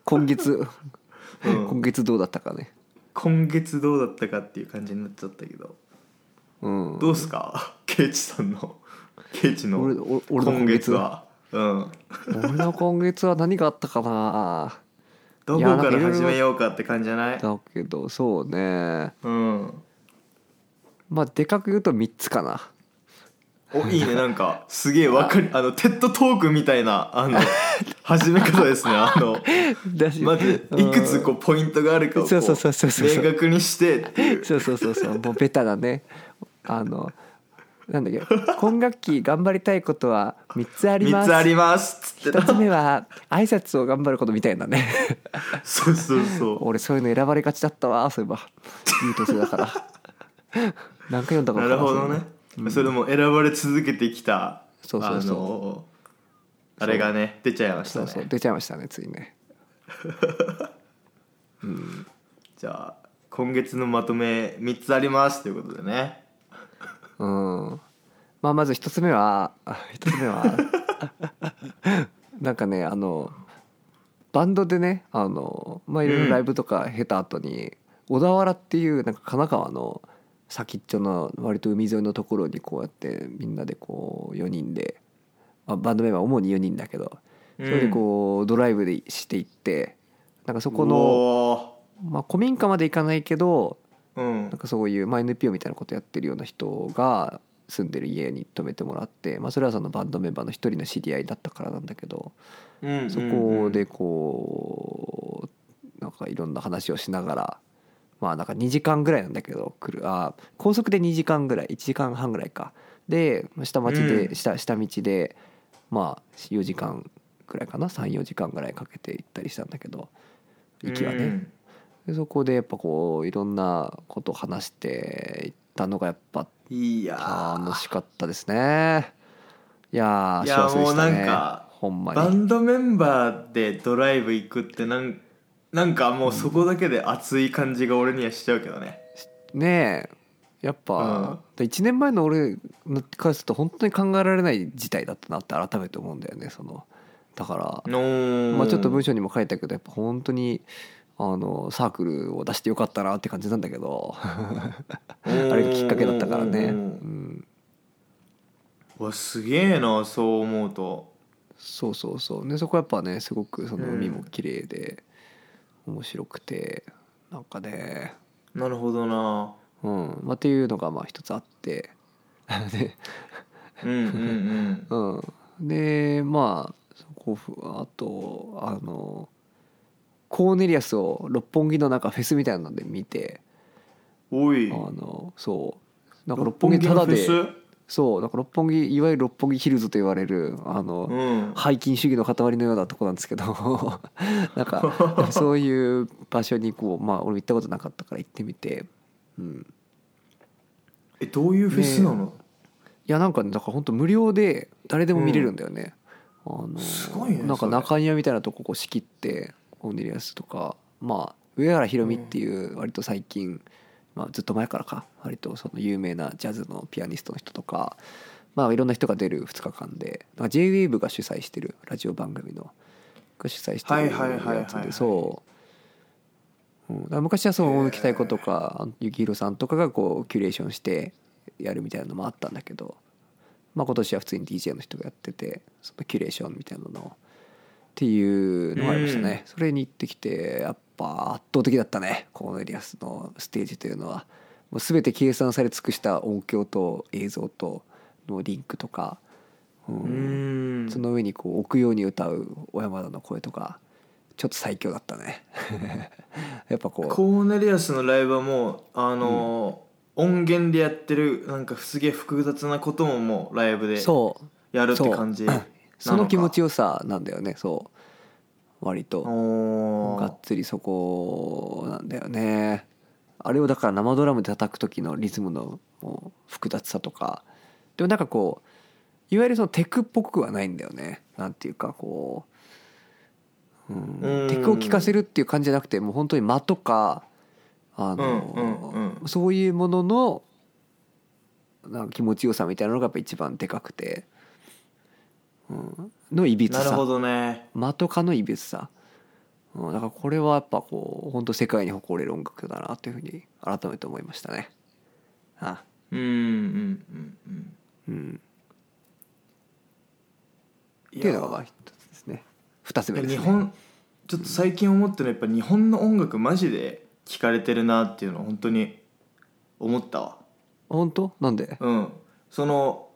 Speaker 2: 今月
Speaker 1: う
Speaker 2: 今
Speaker 1: ん、
Speaker 2: 月どうだったかね
Speaker 1: 今月どうだったかっていう感じになっちゃったけど
Speaker 2: うん
Speaker 1: どうっすか、ケイチさんのケイチの
Speaker 2: 俺俺俺の
Speaker 1: 今月はうん
Speaker 2: 俺の今月は何があったかな
Speaker 1: どこから始めようかって感じじゃない
Speaker 2: だけどそうね
Speaker 1: うん
Speaker 2: まあでかく言うと3つかな
Speaker 1: おいいねなんかすげえわかりあのテッドトークみたいなあ の始め方ですねあの
Speaker 2: だし
Speaker 1: まずいくつこうポイントがあるかをこ
Speaker 2: そうそうそうそうそう
Speaker 1: 明確にしてっていう
Speaker 2: そうそうそうそうもうベタだねあのなんだっけ今学期頑張りたいことは3つありま
Speaker 1: 3
Speaker 2: す
Speaker 1: つありますつって
Speaker 2: 1つ目は挨拶を頑張ることみたいなね
Speaker 1: そうそうそ
Speaker 2: 俺そういうの選ばれがちだったわそういえばいい年だから 何回読んだ
Speaker 1: う
Speaker 2: か
Speaker 1: なる
Speaker 2: 分からん
Speaker 1: ほどねそれも選ばれ続けてきた
Speaker 2: そうそうそ
Speaker 1: あ
Speaker 2: う
Speaker 1: のあれがね出ちゃいまし
Speaker 2: そ
Speaker 1: た
Speaker 2: うそう
Speaker 1: ね
Speaker 2: 出ちゃいましたねついね
Speaker 1: じゃあ今月のまとめ3つありますということでね
Speaker 2: うんまあまず一つ目は あ一つ目は なんかねあのバンドでねあのまあいろいろライブとか経た後に、小田原っていうなんか神奈川の先っちょの割と海沿いのところにこうやってみんなでこう4人で、まあ、バンドメンバーは主に4人だけどそれでこうドライブでしていってなんかそこの、
Speaker 1: の
Speaker 2: まあ、古民家まで行かないけど
Speaker 1: うん
Speaker 2: なんかそういう、まあ、NPO みたいなことやってるような人が住んでる家に泊めてもらって、まあ、それはそのバンドメンバーの一人の知り合いだったからなんだけど
Speaker 1: うん
Speaker 2: そこでこうなんかいろんな話をしながらまあなんか2時間ぐらいなんだけど来るあ高速で2時間ぐらい1時間半ぐらいかでまあ下町
Speaker 1: うん
Speaker 2: で下下道でまあ4時間ぐらいかな34時間ぐらいかけて行ったりしたんだけど行きはね。でそこでやっぱこういろんなことを話していったのがやっぱ
Speaker 1: うんいやー
Speaker 2: 楽しかったですねいやー
Speaker 1: いや
Speaker 2: 幸せでしたね
Speaker 1: もうなんか
Speaker 2: ほんま
Speaker 1: バ
Speaker 2: に
Speaker 1: ンドメンバーでドライブ行くってなんなんかもうそこだけで熱い感じが俺にはしちゃうけどね、
Speaker 2: ねえやっぱ、1年前の俺の返すと本当に考えられない事態だったなって改めて思うんだよねそのだから
Speaker 1: のー
Speaker 2: まあ、ちょっと文章にも書いたけどやっぱ本当にあのサークルを出してよかったなって感じなんだけどあれがきっかけだったからね、
Speaker 1: う
Speaker 2: うんん、
Speaker 1: うわすげえなそう思うと
Speaker 2: そうそうそうでそこやっぱねすごくその
Speaker 1: うん
Speaker 2: 海も綺麗で面白くてなんかね
Speaker 1: なるほどな
Speaker 2: うん、まあ、っていうのがまあ一つあって で,、
Speaker 1: うん うん
Speaker 2: うん、でまあそこふあとあのコーネリアスを六本木のなんかフェスみたいなので見て
Speaker 1: うんお
Speaker 2: あ
Speaker 1: い
Speaker 2: のそうなんか六本木ただで
Speaker 1: 六本木のフェ
Speaker 2: そうなんか六本木いわゆる六本木ヒルズと言われるあの、
Speaker 1: スうん
Speaker 2: 背筋主義の塊のようなとこなんですけど なんかそういう場所にこうまあ俺も行ったことなかったから行ってみて、うん、
Speaker 1: えどういうフェスなの、
Speaker 2: いやなんかねだから本当無料で誰でも見れるんだよね、あの
Speaker 1: すごいね
Speaker 2: な
Speaker 1: そ
Speaker 2: んか
Speaker 1: れ
Speaker 2: 中庭みたいなとここう仕切ってコーネリアスとかまあ上原ひろみっていう割と最近、まあ、ずっと前からか割とその有名なジャズのピアニストの人とかまあいろんな人が出る2日間でなんか JWAVE が主催してるラジオ番組のが主催して
Speaker 1: はい
Speaker 2: る
Speaker 1: はいはいはいはい
Speaker 2: やつでそう、うん、だから昔はそう大貫太鼓とか幸宏さんとかがこうキュレーションしてやるみたいなのもあったんだけど、まあ、今年は普通に DJ の人がやっててそのキュレーションみたいなのをっていうのがありましたね、それに行ってきてやっぱ圧倒的だったねコーネリアスのステージというのはもう全て計算され尽くした音響と映像とのリンクとか、う
Speaker 1: うーん
Speaker 2: その上にこう置くように歌う小山田の声とかちょっと最強だったね やっぱ
Speaker 1: コ
Speaker 2: こ
Speaker 1: ーネリアスのライブはもうあのー音源でやってるなんかすげえ複雑なことももうライブ
Speaker 2: う
Speaker 1: で
Speaker 2: そう
Speaker 1: やるっ
Speaker 2: そ
Speaker 1: て
Speaker 2: う
Speaker 1: 感じ
Speaker 2: うんその気持ち
Speaker 1: を
Speaker 2: よさなんだよねそう割と
Speaker 1: お
Speaker 2: が
Speaker 1: ー
Speaker 2: っつりそこなんだよねあれをだから生ドラムで叩く時のリズムのもう複雑さとかでもなんかこういわゆるそのテクっぽくはないんだよねなんていうかこう、うん
Speaker 1: うん
Speaker 2: テクを聞かせるっていう感じじゃなくてもう本当に間とかあ
Speaker 1: うんうん
Speaker 2: の、
Speaker 1: うん
Speaker 2: そういうもののなんか気持ちよさみたいなのがやっぱ一番でかくて、うん、のいびつ
Speaker 1: なる
Speaker 2: さ
Speaker 1: ほどね
Speaker 2: 間とかのいびつさ、うん、だからこれはやっぱこう本当世界に誇れる音楽だなというふうに改めて思いましたねあ
Speaker 1: うんうんうんうん
Speaker 2: うん
Speaker 1: い
Speaker 2: っていうの
Speaker 1: や
Speaker 2: がまあ一つですね二つ目です、ね、
Speaker 1: 日本ちょっと最近思ってるのはやっぱ日本の音楽マジで聞かれてるなっていうのは本当に思ったわ
Speaker 2: 本当なんで
Speaker 1: うんその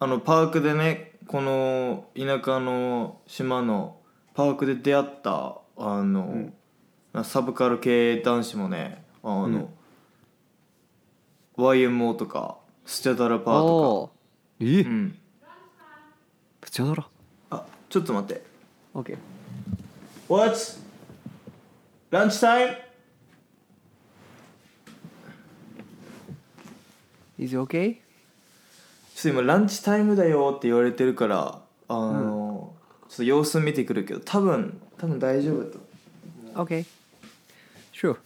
Speaker 1: あのパークでねこの田舎の島のパークで出会ったあの、サブカル系男子もねあの、YMO とかスチャダラパーと
Speaker 2: ああえ
Speaker 1: かうん
Speaker 2: プチャドラ
Speaker 1: あちょっと待って
Speaker 2: OK
Speaker 1: What's lunch time?
Speaker 2: Is it okay?
Speaker 1: ちょっと今ランチタイムだよって言われてるからあの、ちょっと様子見てくるけど多分多分大丈夫と
Speaker 2: Okay. Sure.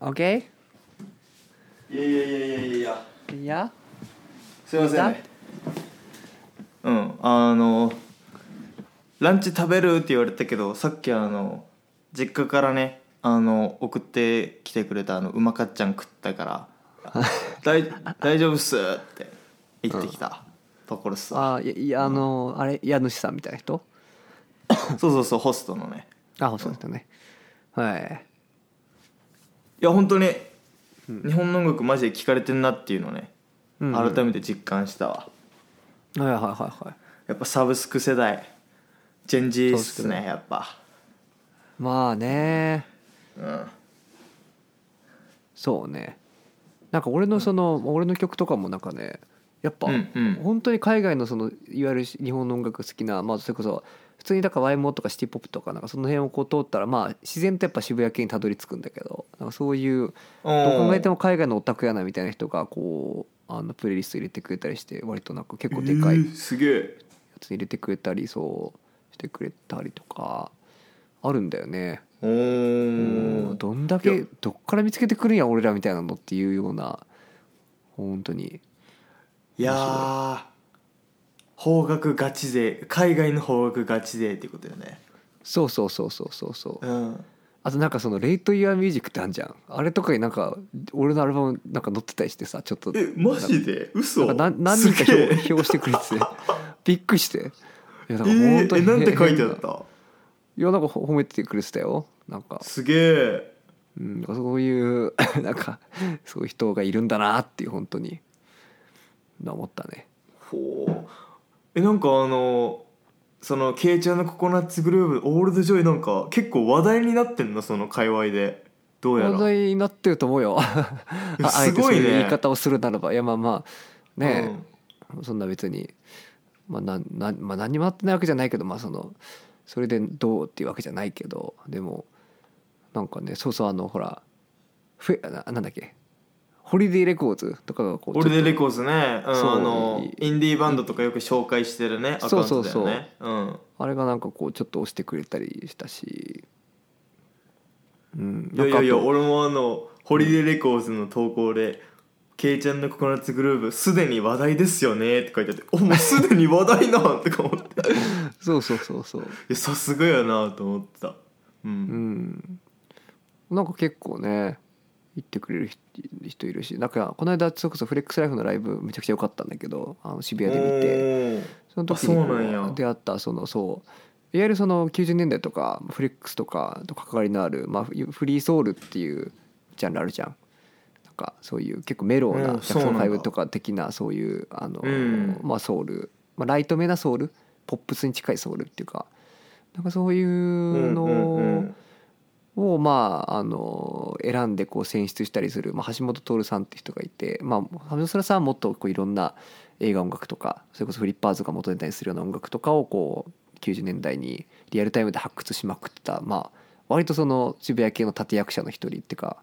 Speaker 2: オッケ
Speaker 1: いやいやいやいやいや
Speaker 2: ーいや
Speaker 1: すいませんねうんあのランチ食べるって言われたけどさっきあの実家からねあの送ってきてくれたあのうまかっちゃん食ったから 大大丈夫っすって言ってきたところっすわ
Speaker 2: あいやいやあのあれ家主さんみたいな人
Speaker 1: そうそうそうホストのね
Speaker 2: あそうですよねはい
Speaker 1: いや本当に日本の音楽マジで聞かれてんなっていうのね、
Speaker 2: うんうん
Speaker 1: 改めて実感したわ
Speaker 2: はいはいはいはい
Speaker 1: やっぱサブスク世代チェンジっ
Speaker 2: そうっ
Speaker 1: す
Speaker 2: す
Speaker 1: ね
Speaker 2: ね
Speaker 1: やっぱ
Speaker 2: まあね
Speaker 1: うん
Speaker 2: そうねなんか俺のその、俺の曲とかもなんかねやっぱ、
Speaker 1: うんうん
Speaker 2: 本当に海外のそのいわゆる日本の音楽好きなまあそれこそ普通にだから YMO とかシティポップとかなんかその辺をこう通ったらまあ自然とやっぱ渋谷系にたどり着くんだけどなんかそういうどこ
Speaker 1: うん
Speaker 2: 考えても海外のオタクやなみたいな人がこうあのプレイリスト入れてくれたりして割となんか結構でかい
Speaker 1: え
Speaker 2: や
Speaker 1: ーすげえ
Speaker 2: つ入れてくれたりそうしてくれたりとかあるんだよね。
Speaker 1: お
Speaker 2: うん
Speaker 1: ー
Speaker 2: どんだ
Speaker 1: いや
Speaker 2: けどっから見つけてくるんや俺らみたいなのっていうような本当に
Speaker 1: いやー邦楽ガチ勢海外の邦楽ガチ勢ってことよね
Speaker 2: そうそうそうそうそうそう
Speaker 1: うん
Speaker 2: あとなんかその「レイト・イヤー・ミュージック」ってあるじゃんあれとかになんか俺のアルバムなんか載ってたりしてさちょっと
Speaker 1: えマジで嘘
Speaker 2: なんか何何人か
Speaker 1: すげえ
Speaker 2: 表表してくれて てびっくりしてい
Speaker 1: え
Speaker 2: やだから本当
Speaker 1: ー、え
Speaker 2: に
Speaker 1: なんて書いてあっ
Speaker 2: 変な
Speaker 1: た
Speaker 2: いやなんか褒めてくれてたよなんか、
Speaker 1: すげえ
Speaker 2: うん、なんかそういう なんかそういう人がいるんだなっていう本当に思ったね
Speaker 1: ほうえなんかあのそのケイちゃんのココナッツグループオールドジョイなんか結構話題になってんのその界隈でどうや
Speaker 2: 話
Speaker 1: ら
Speaker 2: 題になってると思うよあ
Speaker 1: や
Speaker 2: あえ
Speaker 1: す
Speaker 2: て
Speaker 1: ご
Speaker 2: そう
Speaker 1: いね
Speaker 2: いう言い方をするならばいやまあまあねえ、そんな別に、まあ、なんなんまあ何もあってないわけじゃないけどまあそのそれでどうっていうわけじゃないけどでもなんかねそうそうあのほらフェななんだっけホリデーレコーズとかがこ
Speaker 1: う、
Speaker 2: うん
Speaker 1: 俺でレコーズね、うん、
Speaker 2: そう
Speaker 1: あの
Speaker 2: い
Speaker 1: インディーバンドとかよく紹介してるねアカウントだよねうん
Speaker 2: あれがなんかこうちょっと押してくれたりしたし、うん、
Speaker 1: いやいやいや
Speaker 2: なんかあと
Speaker 1: 俺もあのホリデーレコーズの投稿で「ケイちゃんのココナッツグループすでに話題ですよね」って書いてあって「おもうすでに話題なん」とか思って い
Speaker 2: そうそうそうそう
Speaker 1: やさすがやなと思ってたう、
Speaker 2: うんんなんか結構ね言ってくれる人人いるしなんかこの間それこそフレックスライフのライブめちゃくちゃ良かったんだけどあの渋谷で見て
Speaker 1: て
Speaker 2: その時に
Speaker 1: あそうなん
Speaker 2: こ
Speaker 1: や
Speaker 2: う出会ったそのそういわゆるその90年代とかフレックスとかと関わりのある、まあ、フフリーソウルっていうジャンルあるじゃん。なんかそういう結構メロウ
Speaker 1: う
Speaker 2: なんジャク
Speaker 1: そ
Speaker 2: ソ
Speaker 1: う
Speaker 2: ン
Speaker 1: なんだ
Speaker 2: 5とか的なそういうあの、
Speaker 1: うん
Speaker 2: まあ、ソウル、まあ、ライトめなソウルポップスに近いソウルっていうかなんかそういうのを。をまああの選んでこう選出したりする、まあ、橋本徹さんって人がいて、まあ、橋本さんはもっとこういろんな映画音楽とかそれこそフリッパーズが元ネタにするような音楽とかをこう90年代にリアルタイムで発掘しまくってた、まあ、割とその渋谷系の立役者の一人っていうか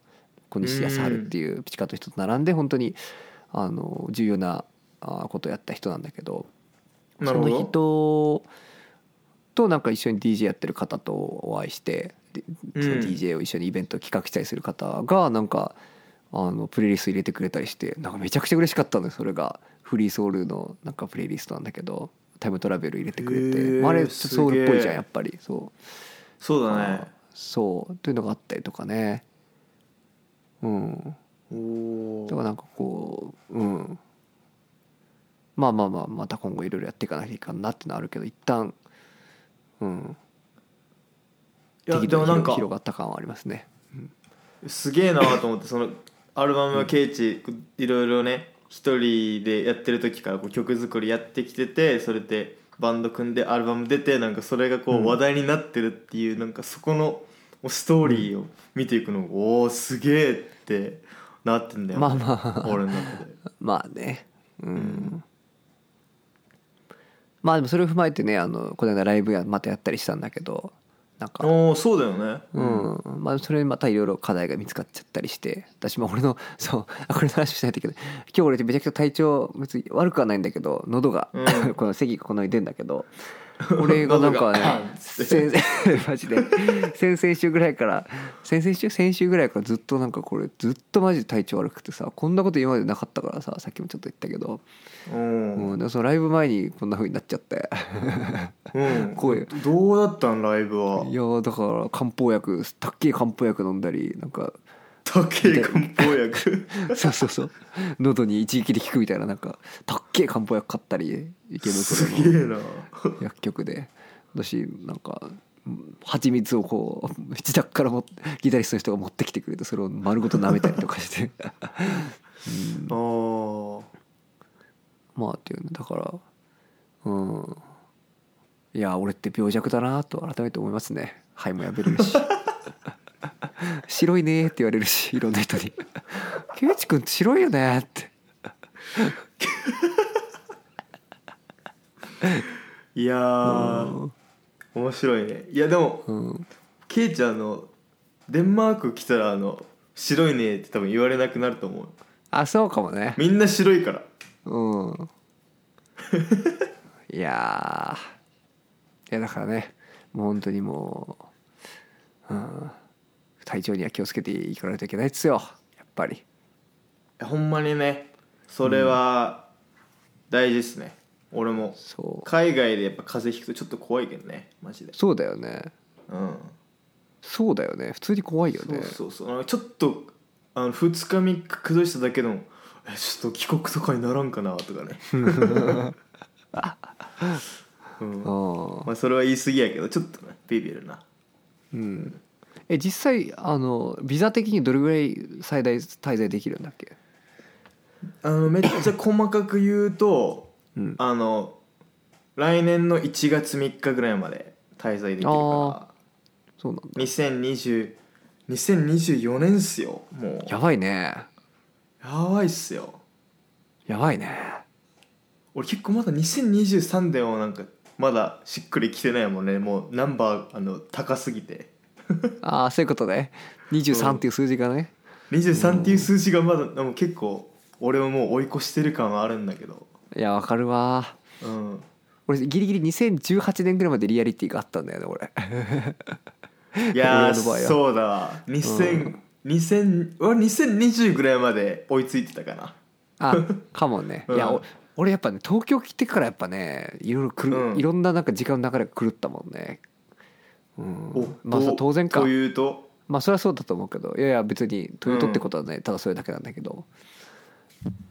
Speaker 2: 小西康晴っていうピチカート人と並んで本当にあの重要なあことをやった人なんだけど。
Speaker 1: な
Speaker 2: そ
Speaker 1: るほ
Speaker 2: の
Speaker 1: ど
Speaker 2: 人となんか一緒に DJ やってる方とお会いしてで
Speaker 1: うん
Speaker 2: その DJ を一緒にイベントを企画したりする方がなんかあのプレイリスト入れてくれたりしてなんかめちゃくちゃ嬉しかったのよそれがフリーソウルのなんかプレイリストなんだけどタイムトラベル入れてくれ
Speaker 1: へ
Speaker 2: て、
Speaker 1: ー
Speaker 2: まあ、あれちょっとソウルっぽいじ
Speaker 1: すげ
Speaker 2: ゃ
Speaker 1: え
Speaker 2: んやっぱりそう
Speaker 1: そうだね
Speaker 2: そうというのがあったりとかねうん
Speaker 1: お
Speaker 2: だからなんかこううんまあまあまあまた今後いろいろやっていかなきゃいかんなってのはあるけど一旦うん
Speaker 1: いや
Speaker 2: 適
Speaker 1: で
Speaker 2: 度
Speaker 1: も
Speaker 2: に
Speaker 1: なん
Speaker 2: 広
Speaker 1: か
Speaker 2: 広がった感はありますね
Speaker 1: すげえなと思ってそのアルバムはケイチいろいろね一人でやってる時からこう曲作りやってきててそれでバンド組んでアルバム出てなんかそれがこ
Speaker 2: うん
Speaker 1: う話題になってるっていう、なんかそこのもうストーリーを見ていくのがおおすげえってなってんだよ、
Speaker 2: まあまあ
Speaker 1: 俺の中で。
Speaker 2: まあねうん、
Speaker 1: ん
Speaker 2: まあでもそれを踏まえてねあのこの間ライブやまたやったりしたんだけどなんか
Speaker 1: おおそうだよね。
Speaker 2: うんまあ、それにまたいろいろ課題が見つかっちゃったりして私も俺の そうあこれの話しないといけない今日俺めちゃくちゃ体調別に悪くはないんだけど喉が、
Speaker 1: うん
Speaker 2: この咳がこの間出んだ けど俺がなんか
Speaker 1: 喉
Speaker 2: ね
Speaker 1: がうん
Speaker 2: 先 マジで先々週ぐらいから先々週先週ぐらいからずっとなんかこれずっとマジで体調悪くてさこんなこと今までなかったからささっきもちょっと言ったけど、
Speaker 1: う
Speaker 2: うん
Speaker 1: ん、
Speaker 2: でもそのライブ前にこんな風になっちゃって。
Speaker 1: うん、
Speaker 2: 声。
Speaker 1: どうだったんライブはい
Speaker 2: やーだから漢方薬たっけえ漢方薬飲んだりなんか
Speaker 1: 竹井漢方 薬。
Speaker 2: そうそうそう喉に一撃で効くみたいななんかたっけえ漢方薬買ったり池
Speaker 1: す
Speaker 2: 袋の
Speaker 1: げえな。
Speaker 2: 薬局で私なんかうん蜂蜜をこう 自宅からもギタリストの人が持ってきてくれてそれを丸ごと舐めたりとかして
Speaker 1: あー
Speaker 2: まあっていうねだからうんいや俺って病弱だなと改めて思いますね肺もやべれるし 白いねって言われるしいろんな人に 「ケイチ君って白いよね」って
Speaker 1: いやー面白いねいやでも
Speaker 2: うん
Speaker 1: ケイちゃんのデンマーク来たらあの白いねって多分言われなくなると思う
Speaker 2: あそうかもね
Speaker 1: みんな白いから
Speaker 2: うん いやーいやだからねもう本当にもう、うん、体調には気をつけていかないといけないですよやっぱり
Speaker 1: ほんまにねそれは大事ですね、俺も
Speaker 2: そう
Speaker 1: 海外でやっぱ風邪ひくとちょっと怖いけどねマジで
Speaker 2: そうだよね
Speaker 1: うん
Speaker 2: そうだよね普通に怖いよ
Speaker 1: そう
Speaker 2: ね
Speaker 1: そうそうあのちょっとあの2日3日崩しただけでもえちょっと帰国とかにならんかなとか ねうん
Speaker 2: ああ
Speaker 1: まあそれは言い過ぎやけどちょっとねビビるな
Speaker 2: うんえ実際あのビザ的にどれぐらい最大滞在できるんだっけ
Speaker 1: あのめっちゃ細かく言うと
Speaker 2: うん
Speaker 1: あの来年の1月3日ぐらいまで滞在できるか
Speaker 2: あそうなんだ
Speaker 1: ら2020 2024年っすよもう
Speaker 2: やばいね
Speaker 1: やばいっすよ
Speaker 2: やばいね
Speaker 1: 俺結構まだ2023でもなんかまだしっくりきてないもんねもうナンバーあの高すぎて
Speaker 2: ああそういうことね23っていう数字がね
Speaker 1: 23っていう数字がまだでも結構俺はもう追い越してる感はあるんだけど
Speaker 2: いやわかるわ
Speaker 1: うん
Speaker 2: 俺ギリギリ2018年ぐらいまでリアリティがあったんだよね俺
Speaker 1: いやー
Speaker 2: 俺の場合は
Speaker 1: そうだわ2000、2000俺2020ぐらいまで追いついてたかな
Speaker 2: あかもねいや
Speaker 1: うん
Speaker 2: お俺やっぱね東京来てからやっぱねいろいろくる、
Speaker 1: うん
Speaker 2: いろんななんか時間の流れが狂ったもんねうん
Speaker 1: お
Speaker 2: まあ
Speaker 1: と
Speaker 2: そ当然か
Speaker 1: というと
Speaker 2: まあそれはそうだと思うけどいやいや別にトヨタ
Speaker 1: うん
Speaker 2: ってことはね、ただそれだけなんだけど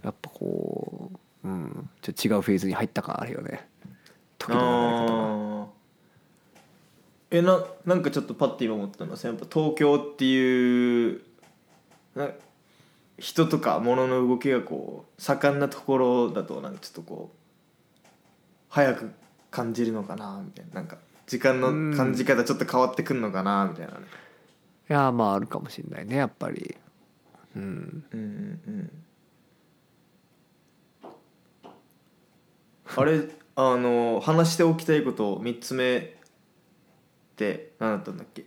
Speaker 2: やっぱこう、うん、ちょっと違うフェーズに入った感あるよね時の流れ方が
Speaker 1: あーえななんかちょっとパッて今思ったのはさやっぱ東京っていうな人とか物の動きがこう盛んなところだとなんかちょっとこう早く感じるのかなみたいななんか時間の感じ方ちょっと変わってくんのかなみたいなね
Speaker 2: いやまああるかもしれないねやっぱりうん
Speaker 1: うんうんうんあれあの話しておきたいこと3つ目って何だったんだっけ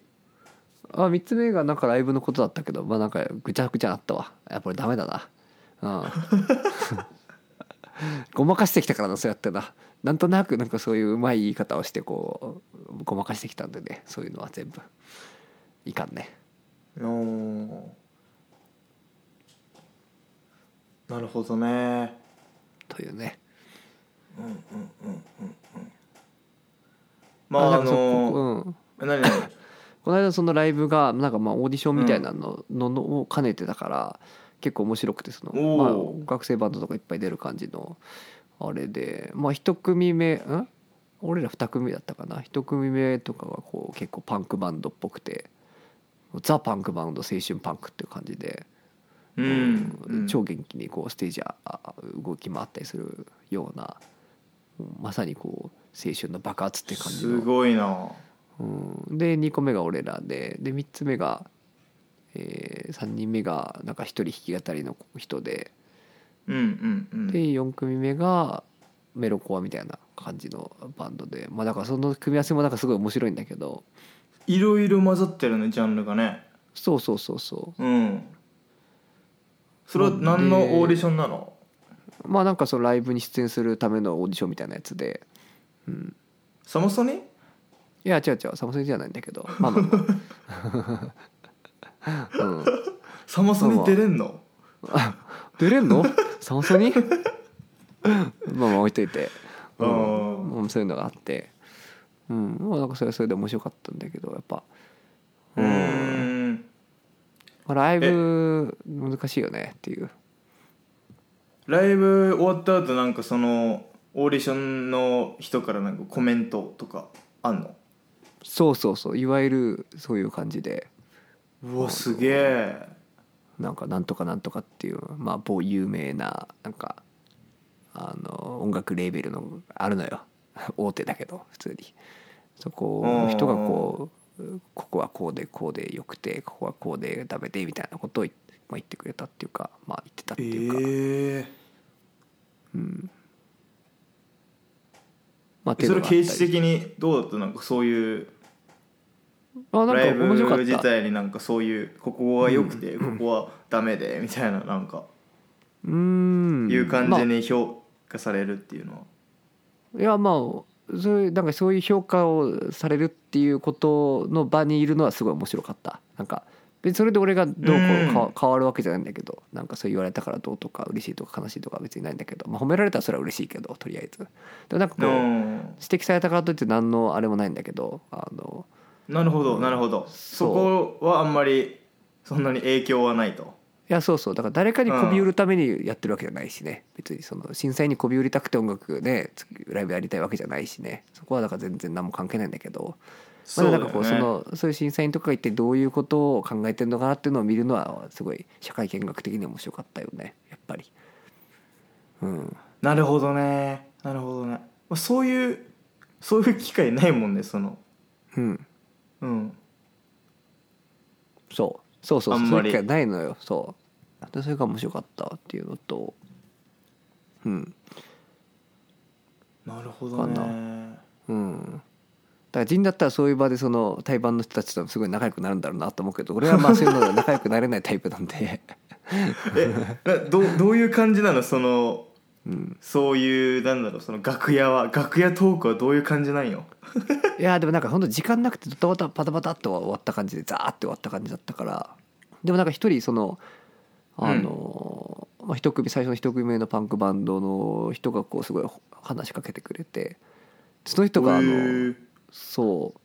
Speaker 2: あ3つ目がなんかライブのことだったけどまあなんかぐちゃぐちゃなったわやっぱりダメだなうん ごまかしてきたからなそうやってななんとなくなんかそういううまい言い方をしてこうごまかしてきたんでねそういうのは全部いかんね
Speaker 1: おーなるほどね
Speaker 2: というね
Speaker 1: まああ
Speaker 2: でもそ
Speaker 1: の
Speaker 2: こうん、
Speaker 1: 何何
Speaker 2: この間そのライブがなんかまあオーディションみたいなの,、ののを兼ねてだから結構面白くてその、
Speaker 1: おー
Speaker 2: まあ、学生バンドとかいっぱい出る感じのあれでまあ一組目ん俺ら二組だったかな一組目とかがこう結構パンクバンドっぽくてザ・パンクバンド青春パンクっていう感じで、
Speaker 1: うんうん
Speaker 2: 超元気にこうステージああ動き回ったりするようなまさにこう青春の爆発って感じ
Speaker 1: す
Speaker 2: の
Speaker 1: ごいな
Speaker 2: うん、で2個目が俺らでで3つ目が、え3人目がなんか1人弾き語りの人で
Speaker 1: うんうんうん
Speaker 2: で4組目がメロコアみたいな感じのバンドでまあだからその組み合わせもなんかすごい面白いんだけど
Speaker 1: いろいろ混ざってるねジャンルがね
Speaker 2: そうそうそうそ
Speaker 1: うんそれは何のオーディションなの
Speaker 2: うまあなんかそのライブに出演するためのオーディションみたいなやつで
Speaker 1: サマソニ
Speaker 2: いや違う違うサムソニじゃないんだけどまあまあまあ、 うん、
Speaker 1: サマソニ出れんの
Speaker 2: 出れんのサムソニ まあまあ置いといて、う
Speaker 1: あ
Speaker 2: んうん、そういうのがあって、うん、まあなんかそれはそれで面白かったんだけどやっぱ、
Speaker 1: うーん
Speaker 2: まあ、ライブ難しいよねっていう
Speaker 1: ライブ終わった後なんかそのオーディションの人からなんかコメントとかあんの
Speaker 2: そうそうそういわゆるそういう感じで
Speaker 1: うわすげえ
Speaker 2: なんかなんとかなんとかっていうまあ某有名ななんかあの音楽レーベルのあるのよ 大手だけど普通にそこの人がこうここはこうでこうでよくてここはこうでダメでみたいなことを言って,、まあ、言ってくれたっていうかまあ言ってたっていうか、
Speaker 1: え
Speaker 2: まあっ
Speaker 1: え
Speaker 2: ていう
Speaker 1: それ
Speaker 2: のがあ
Speaker 1: 形
Speaker 2: った
Speaker 1: 式
Speaker 2: り
Speaker 1: 的にどうだったなんかそういう
Speaker 2: まあなんか
Speaker 1: ライブ
Speaker 2: 面白か
Speaker 1: 自
Speaker 2: った
Speaker 1: 体になんかそういうここは良くてここはダメでみたいななんか
Speaker 2: うーん
Speaker 1: いう感
Speaker 2: まあ
Speaker 1: じに評価されるっていうのは、
Speaker 2: いやまあそういうなんかそういう評価をされるっていうことの場にいるのはすごい面白かったなんか別にそれで俺がどうこう
Speaker 1: うん
Speaker 2: か変わるわけじゃないんだけどなんかそう言われたからどうとか嬉しいとか悲しいとか別にないんだけど、まあ、褒められたらそれは嬉しいけどとりあえずでもなんかこう
Speaker 1: うん
Speaker 2: 指摘されたからといって何のあれもないんだけどあの
Speaker 1: なるほどなるほど
Speaker 2: そ
Speaker 1: そうこはあんまりそんなに影響はないと
Speaker 2: いやそうそうだから誰かに媚び売るためにやってるわけじゃないしね別にその震災に媚び売りたくて音楽ねライブやりたいわけじゃないしねそこはだから全然何も関係ないんだけどまだなんかこうそ
Speaker 1: だよね
Speaker 2: のそういう審査員とかが一体どういうことを考えてるのかなっていうのを見るのはすごい社会見学的に面白かったよねやっぱり。うん、
Speaker 1: なるほどねなるほどねまあそういうそういう機会ないもんねその
Speaker 2: うん、
Speaker 1: うん
Speaker 2: そうそうそう
Speaker 1: あ
Speaker 2: そうん
Speaker 1: ま
Speaker 2: いう
Speaker 1: り
Speaker 2: 機会ないのよそうでそれが面白かったっていうのとうん
Speaker 1: なるほど
Speaker 2: か
Speaker 1: ね
Speaker 2: うんだから陣だったらそういう場でその対バンの人たちとすごい仲良くなるんだろうなと思うけど俺はまあそういうので仲良くなれないタイプなんで
Speaker 1: えなどうどういう感じなのその、そういうなんだろうその楽屋は楽屋トークはどういう感じなんよ
Speaker 2: いやでもなんかほんと時間なくてドタバタパタパタっと終わった感じでザーって終わった感じだったからでもなんか一人そのあの、まあ、一組最初の一組目のパンクバンドの人がこうすごい話しかけてくれてその人があ
Speaker 1: へ
Speaker 2: の
Speaker 1: ー
Speaker 2: そう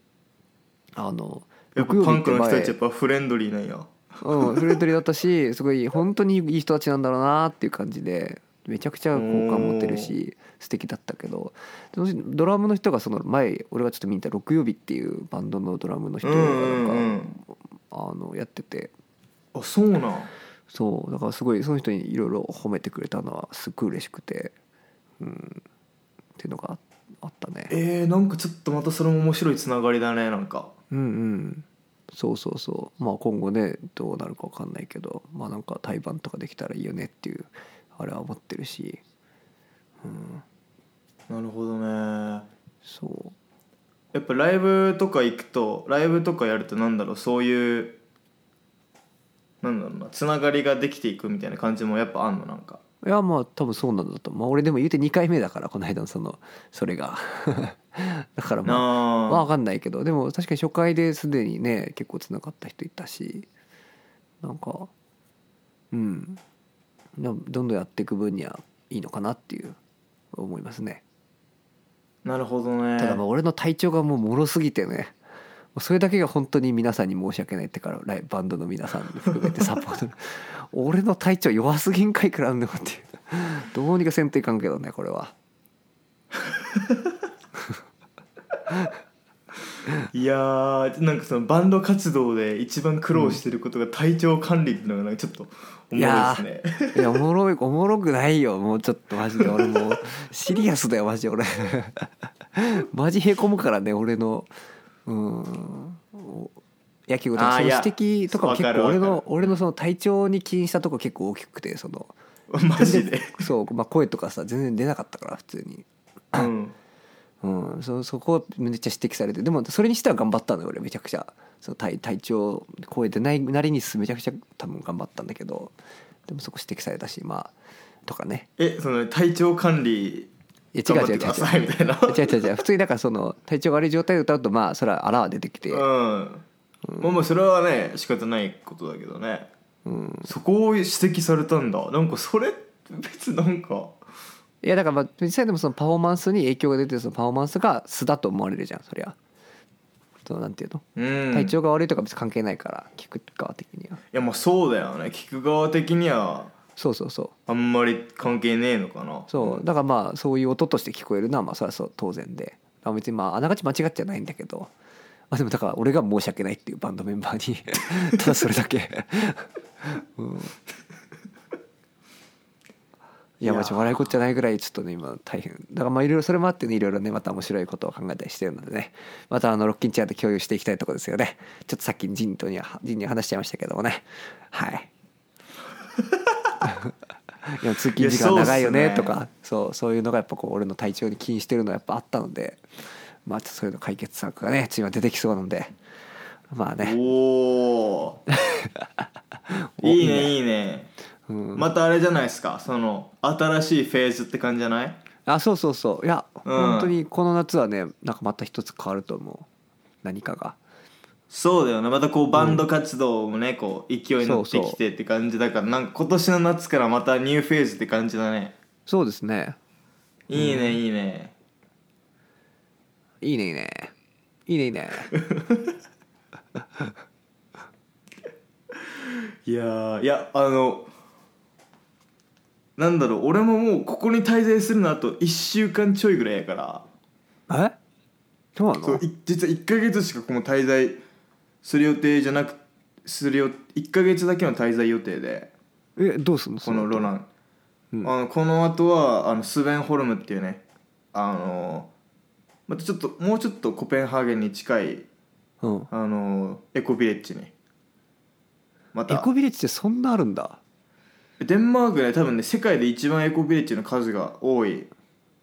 Speaker 2: あの
Speaker 1: やっぱパンクの人たちやっぱフレンドリーなんや
Speaker 2: うん、フレンドリーだったしすごい本当にいい人たちなんだろうなっていう感じでめちゃくちゃ好感持ってるし素敵だったけどそのドラムの人がその前俺がちょっと見に行った木曜日っていうバンドのドラムの人
Speaker 1: うん
Speaker 2: が
Speaker 1: うんう
Speaker 2: なんか
Speaker 1: ん
Speaker 2: あのやってて
Speaker 1: あそうなん
Speaker 2: そうだからすごいその人にいろいろ褒めてくれたのはすっごい嬉しくて、うん、っていうのがあったね。
Speaker 1: えー、なんかちょっとまたそれも面白いつながりだねなんか
Speaker 2: うんうんそうそうそうまあ今後ねどうなるか分かんないけどまあなんか対バンとかできたらいいよねっていうあれは思ってるし
Speaker 1: なるほどね
Speaker 2: そう
Speaker 1: やっぱライブとか行くとライブとかやるとなんだろうそういうなんだろうなつながりができていくみたいな感じもやっぱあんのなんか
Speaker 2: いやまあ多分そうなんだと思う、まあ、俺でも言うて2回目だからこの間のそのそれが だからまあまあ
Speaker 1: なあ
Speaker 2: 分かんないけどでも確かに初回ですでにね結構つながった人いたしなんかうんなどんどんやっていく分にはいいのかなっていう思いますね
Speaker 1: なるほどね
Speaker 2: ただまあ俺の体調がもう脆すぎてねもうそれだけが本当に皆さんに申し訳ないってからライバンドの皆さん含めてサポ ートの俺の体調弱すぎんかいくらあんでもっていうどうにかせんといかんけどねこれは
Speaker 1: いやーなんかそのバンド活動で一番苦労してることが体調管理っていうのがなんかちょっとおもろいですね
Speaker 2: いやおもろいおもろくないよもうちょっとマジで俺もうシリアスだよマジで俺 マジへこむからね俺のうんお野球と
Speaker 1: あー
Speaker 2: かそ
Speaker 1: い
Speaker 2: の指
Speaker 1: や
Speaker 2: 摘とかも結
Speaker 1: わかる
Speaker 2: 構
Speaker 1: わか
Speaker 2: 俺
Speaker 1: る
Speaker 2: の俺のその体調に起因したとこ結構大きくてその
Speaker 1: マジで、
Speaker 2: そう、まあ、声とかさ全然出なかったから普通に、
Speaker 1: うん、
Speaker 2: うん、そそこめっちゃ指摘されてでもそれにしては頑張ったのよ俺めちゃくちゃその体体調声出ないなりにすめちゃくちゃ多分頑張ったんだけどでもそこ指摘されたしまあとかね
Speaker 1: えその体調管理
Speaker 2: いや違
Speaker 1: 頑張
Speaker 2: う
Speaker 1: っ
Speaker 2: 違う違
Speaker 1: てくだ
Speaker 2: う
Speaker 1: さいみたいな
Speaker 2: 違う違う違う普通にだからその体調が悪い状態で歌うとまあそれはあらは出てきて、
Speaker 1: うん、まあまあそれはね仕方ないことだけどね、
Speaker 2: うん、
Speaker 1: そこを指摘されたんだなんかそれ別になんか
Speaker 2: いやだからまあ実際でもそのパフォーマンスに影響が出てそのパフォーマンスが素だと思われるじゃんそりゃそのなんていうの
Speaker 1: うん
Speaker 2: 体調が悪いとか別に関係ないから聞く側的にはい
Speaker 1: やまあそうだよね聞く側的には
Speaker 2: そうそうそう
Speaker 1: あんまり関係ねえのかな
Speaker 2: そうだからまあそういう音として聞こえるのはまあそれはそう当然であ別にまああながち間違っちゃないんだけどあでもだから俺が申し訳ないっていうバンドメンバーに ただそれだけ、うん、い
Speaker 1: いや
Speaker 2: やまあ笑いこっちゃないぐらいちょっとね今大変だからまあいろいろそれもあってねいろいろねまた面白いことを考えたりしてるのでねまたあのロッキンチェアで共有していきたいところですよねちょっとさっきジンとにはジンには話しちゃいましたけどもねはい いや通勤時間長いよ
Speaker 1: い
Speaker 2: ね
Speaker 1: やそうっすね
Speaker 2: とかそうそういうのがやっぱこう俺の体調に起因してるのはやっぱあったのでまあちょっとそういうの解決策がね今出てきそうなのでまあ ね
Speaker 1: おお
Speaker 2: お
Speaker 1: いいねいいね
Speaker 2: うん
Speaker 1: またあれじゃないですかその新しいフェーズって感じじゃない
Speaker 2: あそうそうそういや、
Speaker 1: うん
Speaker 2: 本当にこの夏はねなんかまた一つ変わると思う何かが
Speaker 1: そうだよねまたこうバンド活動もね、こう勢いに乗ってきてって感じだからなんか今年の夏からまたニューフェーズって感じだね
Speaker 2: そうですね
Speaker 1: いいねいいね、
Speaker 2: いいねいいねいいねいいね
Speaker 1: いやーいやあのなんだろう俺ももうここに滞在するのあと1週間ちょいぐらいやから
Speaker 2: えそうな
Speaker 1: そう
Speaker 2: の
Speaker 1: い実は1ヶ月しかこの滞在する予定じゃなくするよ1ヶ月だけの滞在予定で
Speaker 2: えどうすんの
Speaker 1: この
Speaker 2: そ
Speaker 1: ロラン、
Speaker 2: うん
Speaker 1: あのこの後はあのスベンホルムっていうねあのまたちょっともうちょっとコペンハーゲンに近い
Speaker 2: うん
Speaker 1: あのエコビレッジにま
Speaker 2: エ
Speaker 1: た
Speaker 2: コビレッジってそんなあるんだ
Speaker 1: デンマークね多分ね世界で一番エコビレッジの数が多い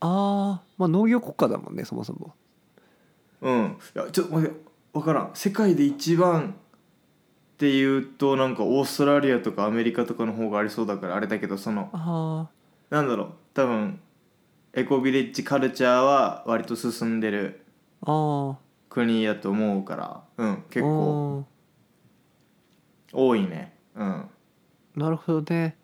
Speaker 2: あーまあ農業国家だもんねそもそも
Speaker 1: うんいやちょっと待って分からん世界で一番っていうとなんかオーストラリアとかアメリカとかの方がありそうだからあれだけどその
Speaker 2: あ
Speaker 1: なんだろう多分エコビレッジカルチャーは割と進んでる
Speaker 2: ーああ
Speaker 1: 国だと思うからうん結構多いねうん
Speaker 2: なるほどね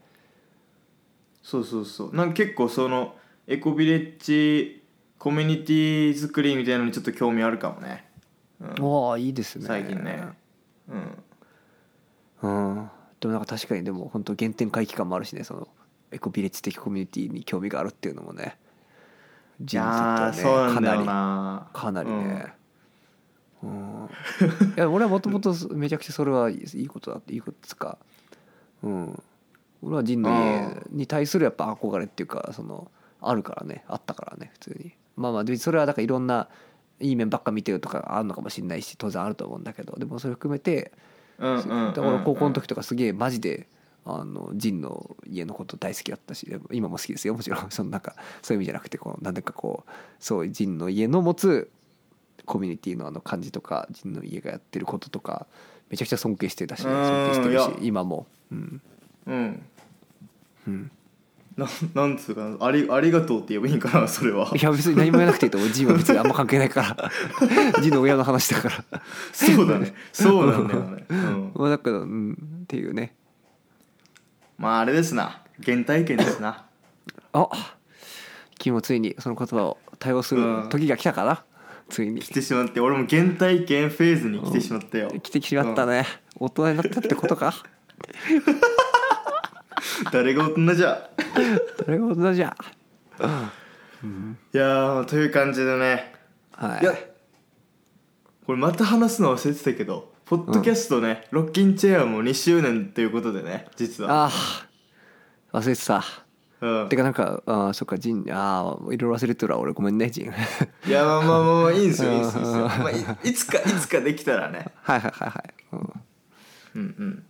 Speaker 1: そうそうそうなんか結構そのエコビレッジコミュニティ作りみたいなのにちょっと興味あるかもね、うん、
Speaker 2: ああいいですね
Speaker 1: 最近ねうん
Speaker 2: うんでもなんか確かにでも本当原点回帰感もあるしねそのエコビレッジ的コミュニティに興味があるっていうのもね
Speaker 1: い
Speaker 2: 人生
Speaker 1: やー
Speaker 2: と
Speaker 1: そうな
Speaker 2: はね
Speaker 1: んだよな
Speaker 2: かなりかなりねうん、いや俺はもともとめちゃくちゃそれはいいいいことだっていいことですかうん俺は人類に対するやっぱ憧れっていうかそのあるからねあったからね普通にまあまあでそれはだからいろんないい面ばっか見てるとかあるのかもしれないし当然あると思うんだけどでもそれ含めて
Speaker 1: うんうんうんうん
Speaker 2: だから高校の時とかすげえマジであのジンの家のこと大好きだったし今も好きですよもちろん そのなんかそういう意味じゃなくてこうなんだかこうそういうジンの家の持つコミュニティのあの感じとかジンの家がやってることとかめちゃくちゃ尊敬してたし
Speaker 1: うん
Speaker 2: 尊敬してる
Speaker 1: い
Speaker 2: し
Speaker 1: や
Speaker 2: 今も、うん
Speaker 1: うん
Speaker 2: うん、
Speaker 1: ななんつうかなありありがとうって言えばいいんかな それはい
Speaker 2: や別に何も言わなくていい と思うジンは別にあんま関係ないから ジンの親の話だから
Speaker 1: そうだねそうなんだよね、うん、
Speaker 2: まあだからうんっていうね
Speaker 1: まああれですな原体験ですな
Speaker 2: あ君もついにその言葉を対応する時が来たかな、ついに
Speaker 1: 来てしまって俺も原体験フェーズに来てしまったよ、
Speaker 2: 来てしまったね、大人になったってこ とか
Speaker 1: 誰が大人じゃ
Speaker 2: それが大人じゃ
Speaker 1: いやーという感じでね
Speaker 2: はい
Speaker 1: いやこれまた話すの忘れてたけどポッドキャストね、ロッキンチェアも2周年ということでね実は
Speaker 2: ああ忘れてた
Speaker 1: うん
Speaker 2: てかなんかああそっかジンああいろいろ忘れてるわ俺ごめんねジン はい
Speaker 1: いやまあまあまあいいんですよいいんですよいいんです
Speaker 2: うん
Speaker 1: よ、まあ、いいつかいつかできたらね
Speaker 2: はいはいはい、うん
Speaker 1: うん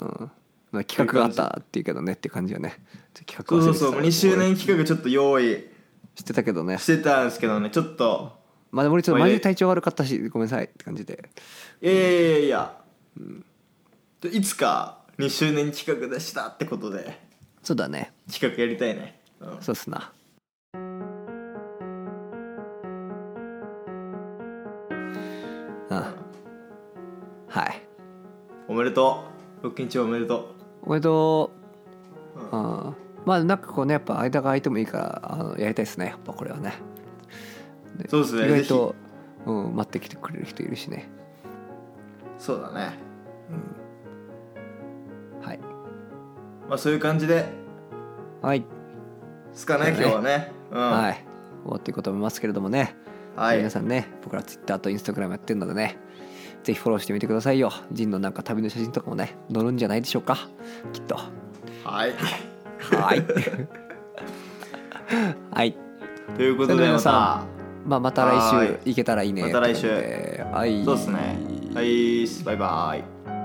Speaker 1: うん
Speaker 2: まあ、企画があったっていうけどねって感じよね企画
Speaker 1: そう
Speaker 2: 忘
Speaker 1: そ
Speaker 2: れ
Speaker 1: う
Speaker 2: てた
Speaker 1: そう2周年企画ちょっと用意
Speaker 2: してたけどね
Speaker 1: してたんですけどねちょっと
Speaker 2: まあでも俺ちょっと
Speaker 1: まあ
Speaker 2: 前
Speaker 1: いい
Speaker 2: に体調悪かったしごめんなさいって感じで
Speaker 1: いやいやいやいや、でいつか2周年企画でしたってことで
Speaker 2: そうだね
Speaker 1: 企画やりたいね、うん
Speaker 2: そうっすなうんはい
Speaker 1: おめでとうロッキンチェアおめでと
Speaker 2: おめでと
Speaker 1: う、
Speaker 2: う、うん、まあなんかこうねやっぱ間が空いてもいいからあのやりたいですねやっぱこれはね
Speaker 1: うそうですね
Speaker 2: 意外と、うん、待ってきてくれる人いるしね
Speaker 1: そうだね
Speaker 2: はい
Speaker 1: まあそういう感じで
Speaker 2: はい、
Speaker 1: すかね
Speaker 2: そうだね
Speaker 1: 今日はねうん、
Speaker 2: はいい終わっていこうと思いますけれどもね、
Speaker 1: はい
Speaker 2: 皆さんね僕ら Twitter と Instagram やってるのでねぜひフォローしてみてくださいよジンのなんか旅の写真とかもね載るんじゃないでしょうかきっとは
Speaker 1: はい、
Speaker 2: いはい
Speaker 1: ということでまた
Speaker 2: まあまた来
Speaker 1: は
Speaker 2: 週行けたらいいね
Speaker 1: また来週
Speaker 2: ってことではい
Speaker 1: そうですねはいバイバイ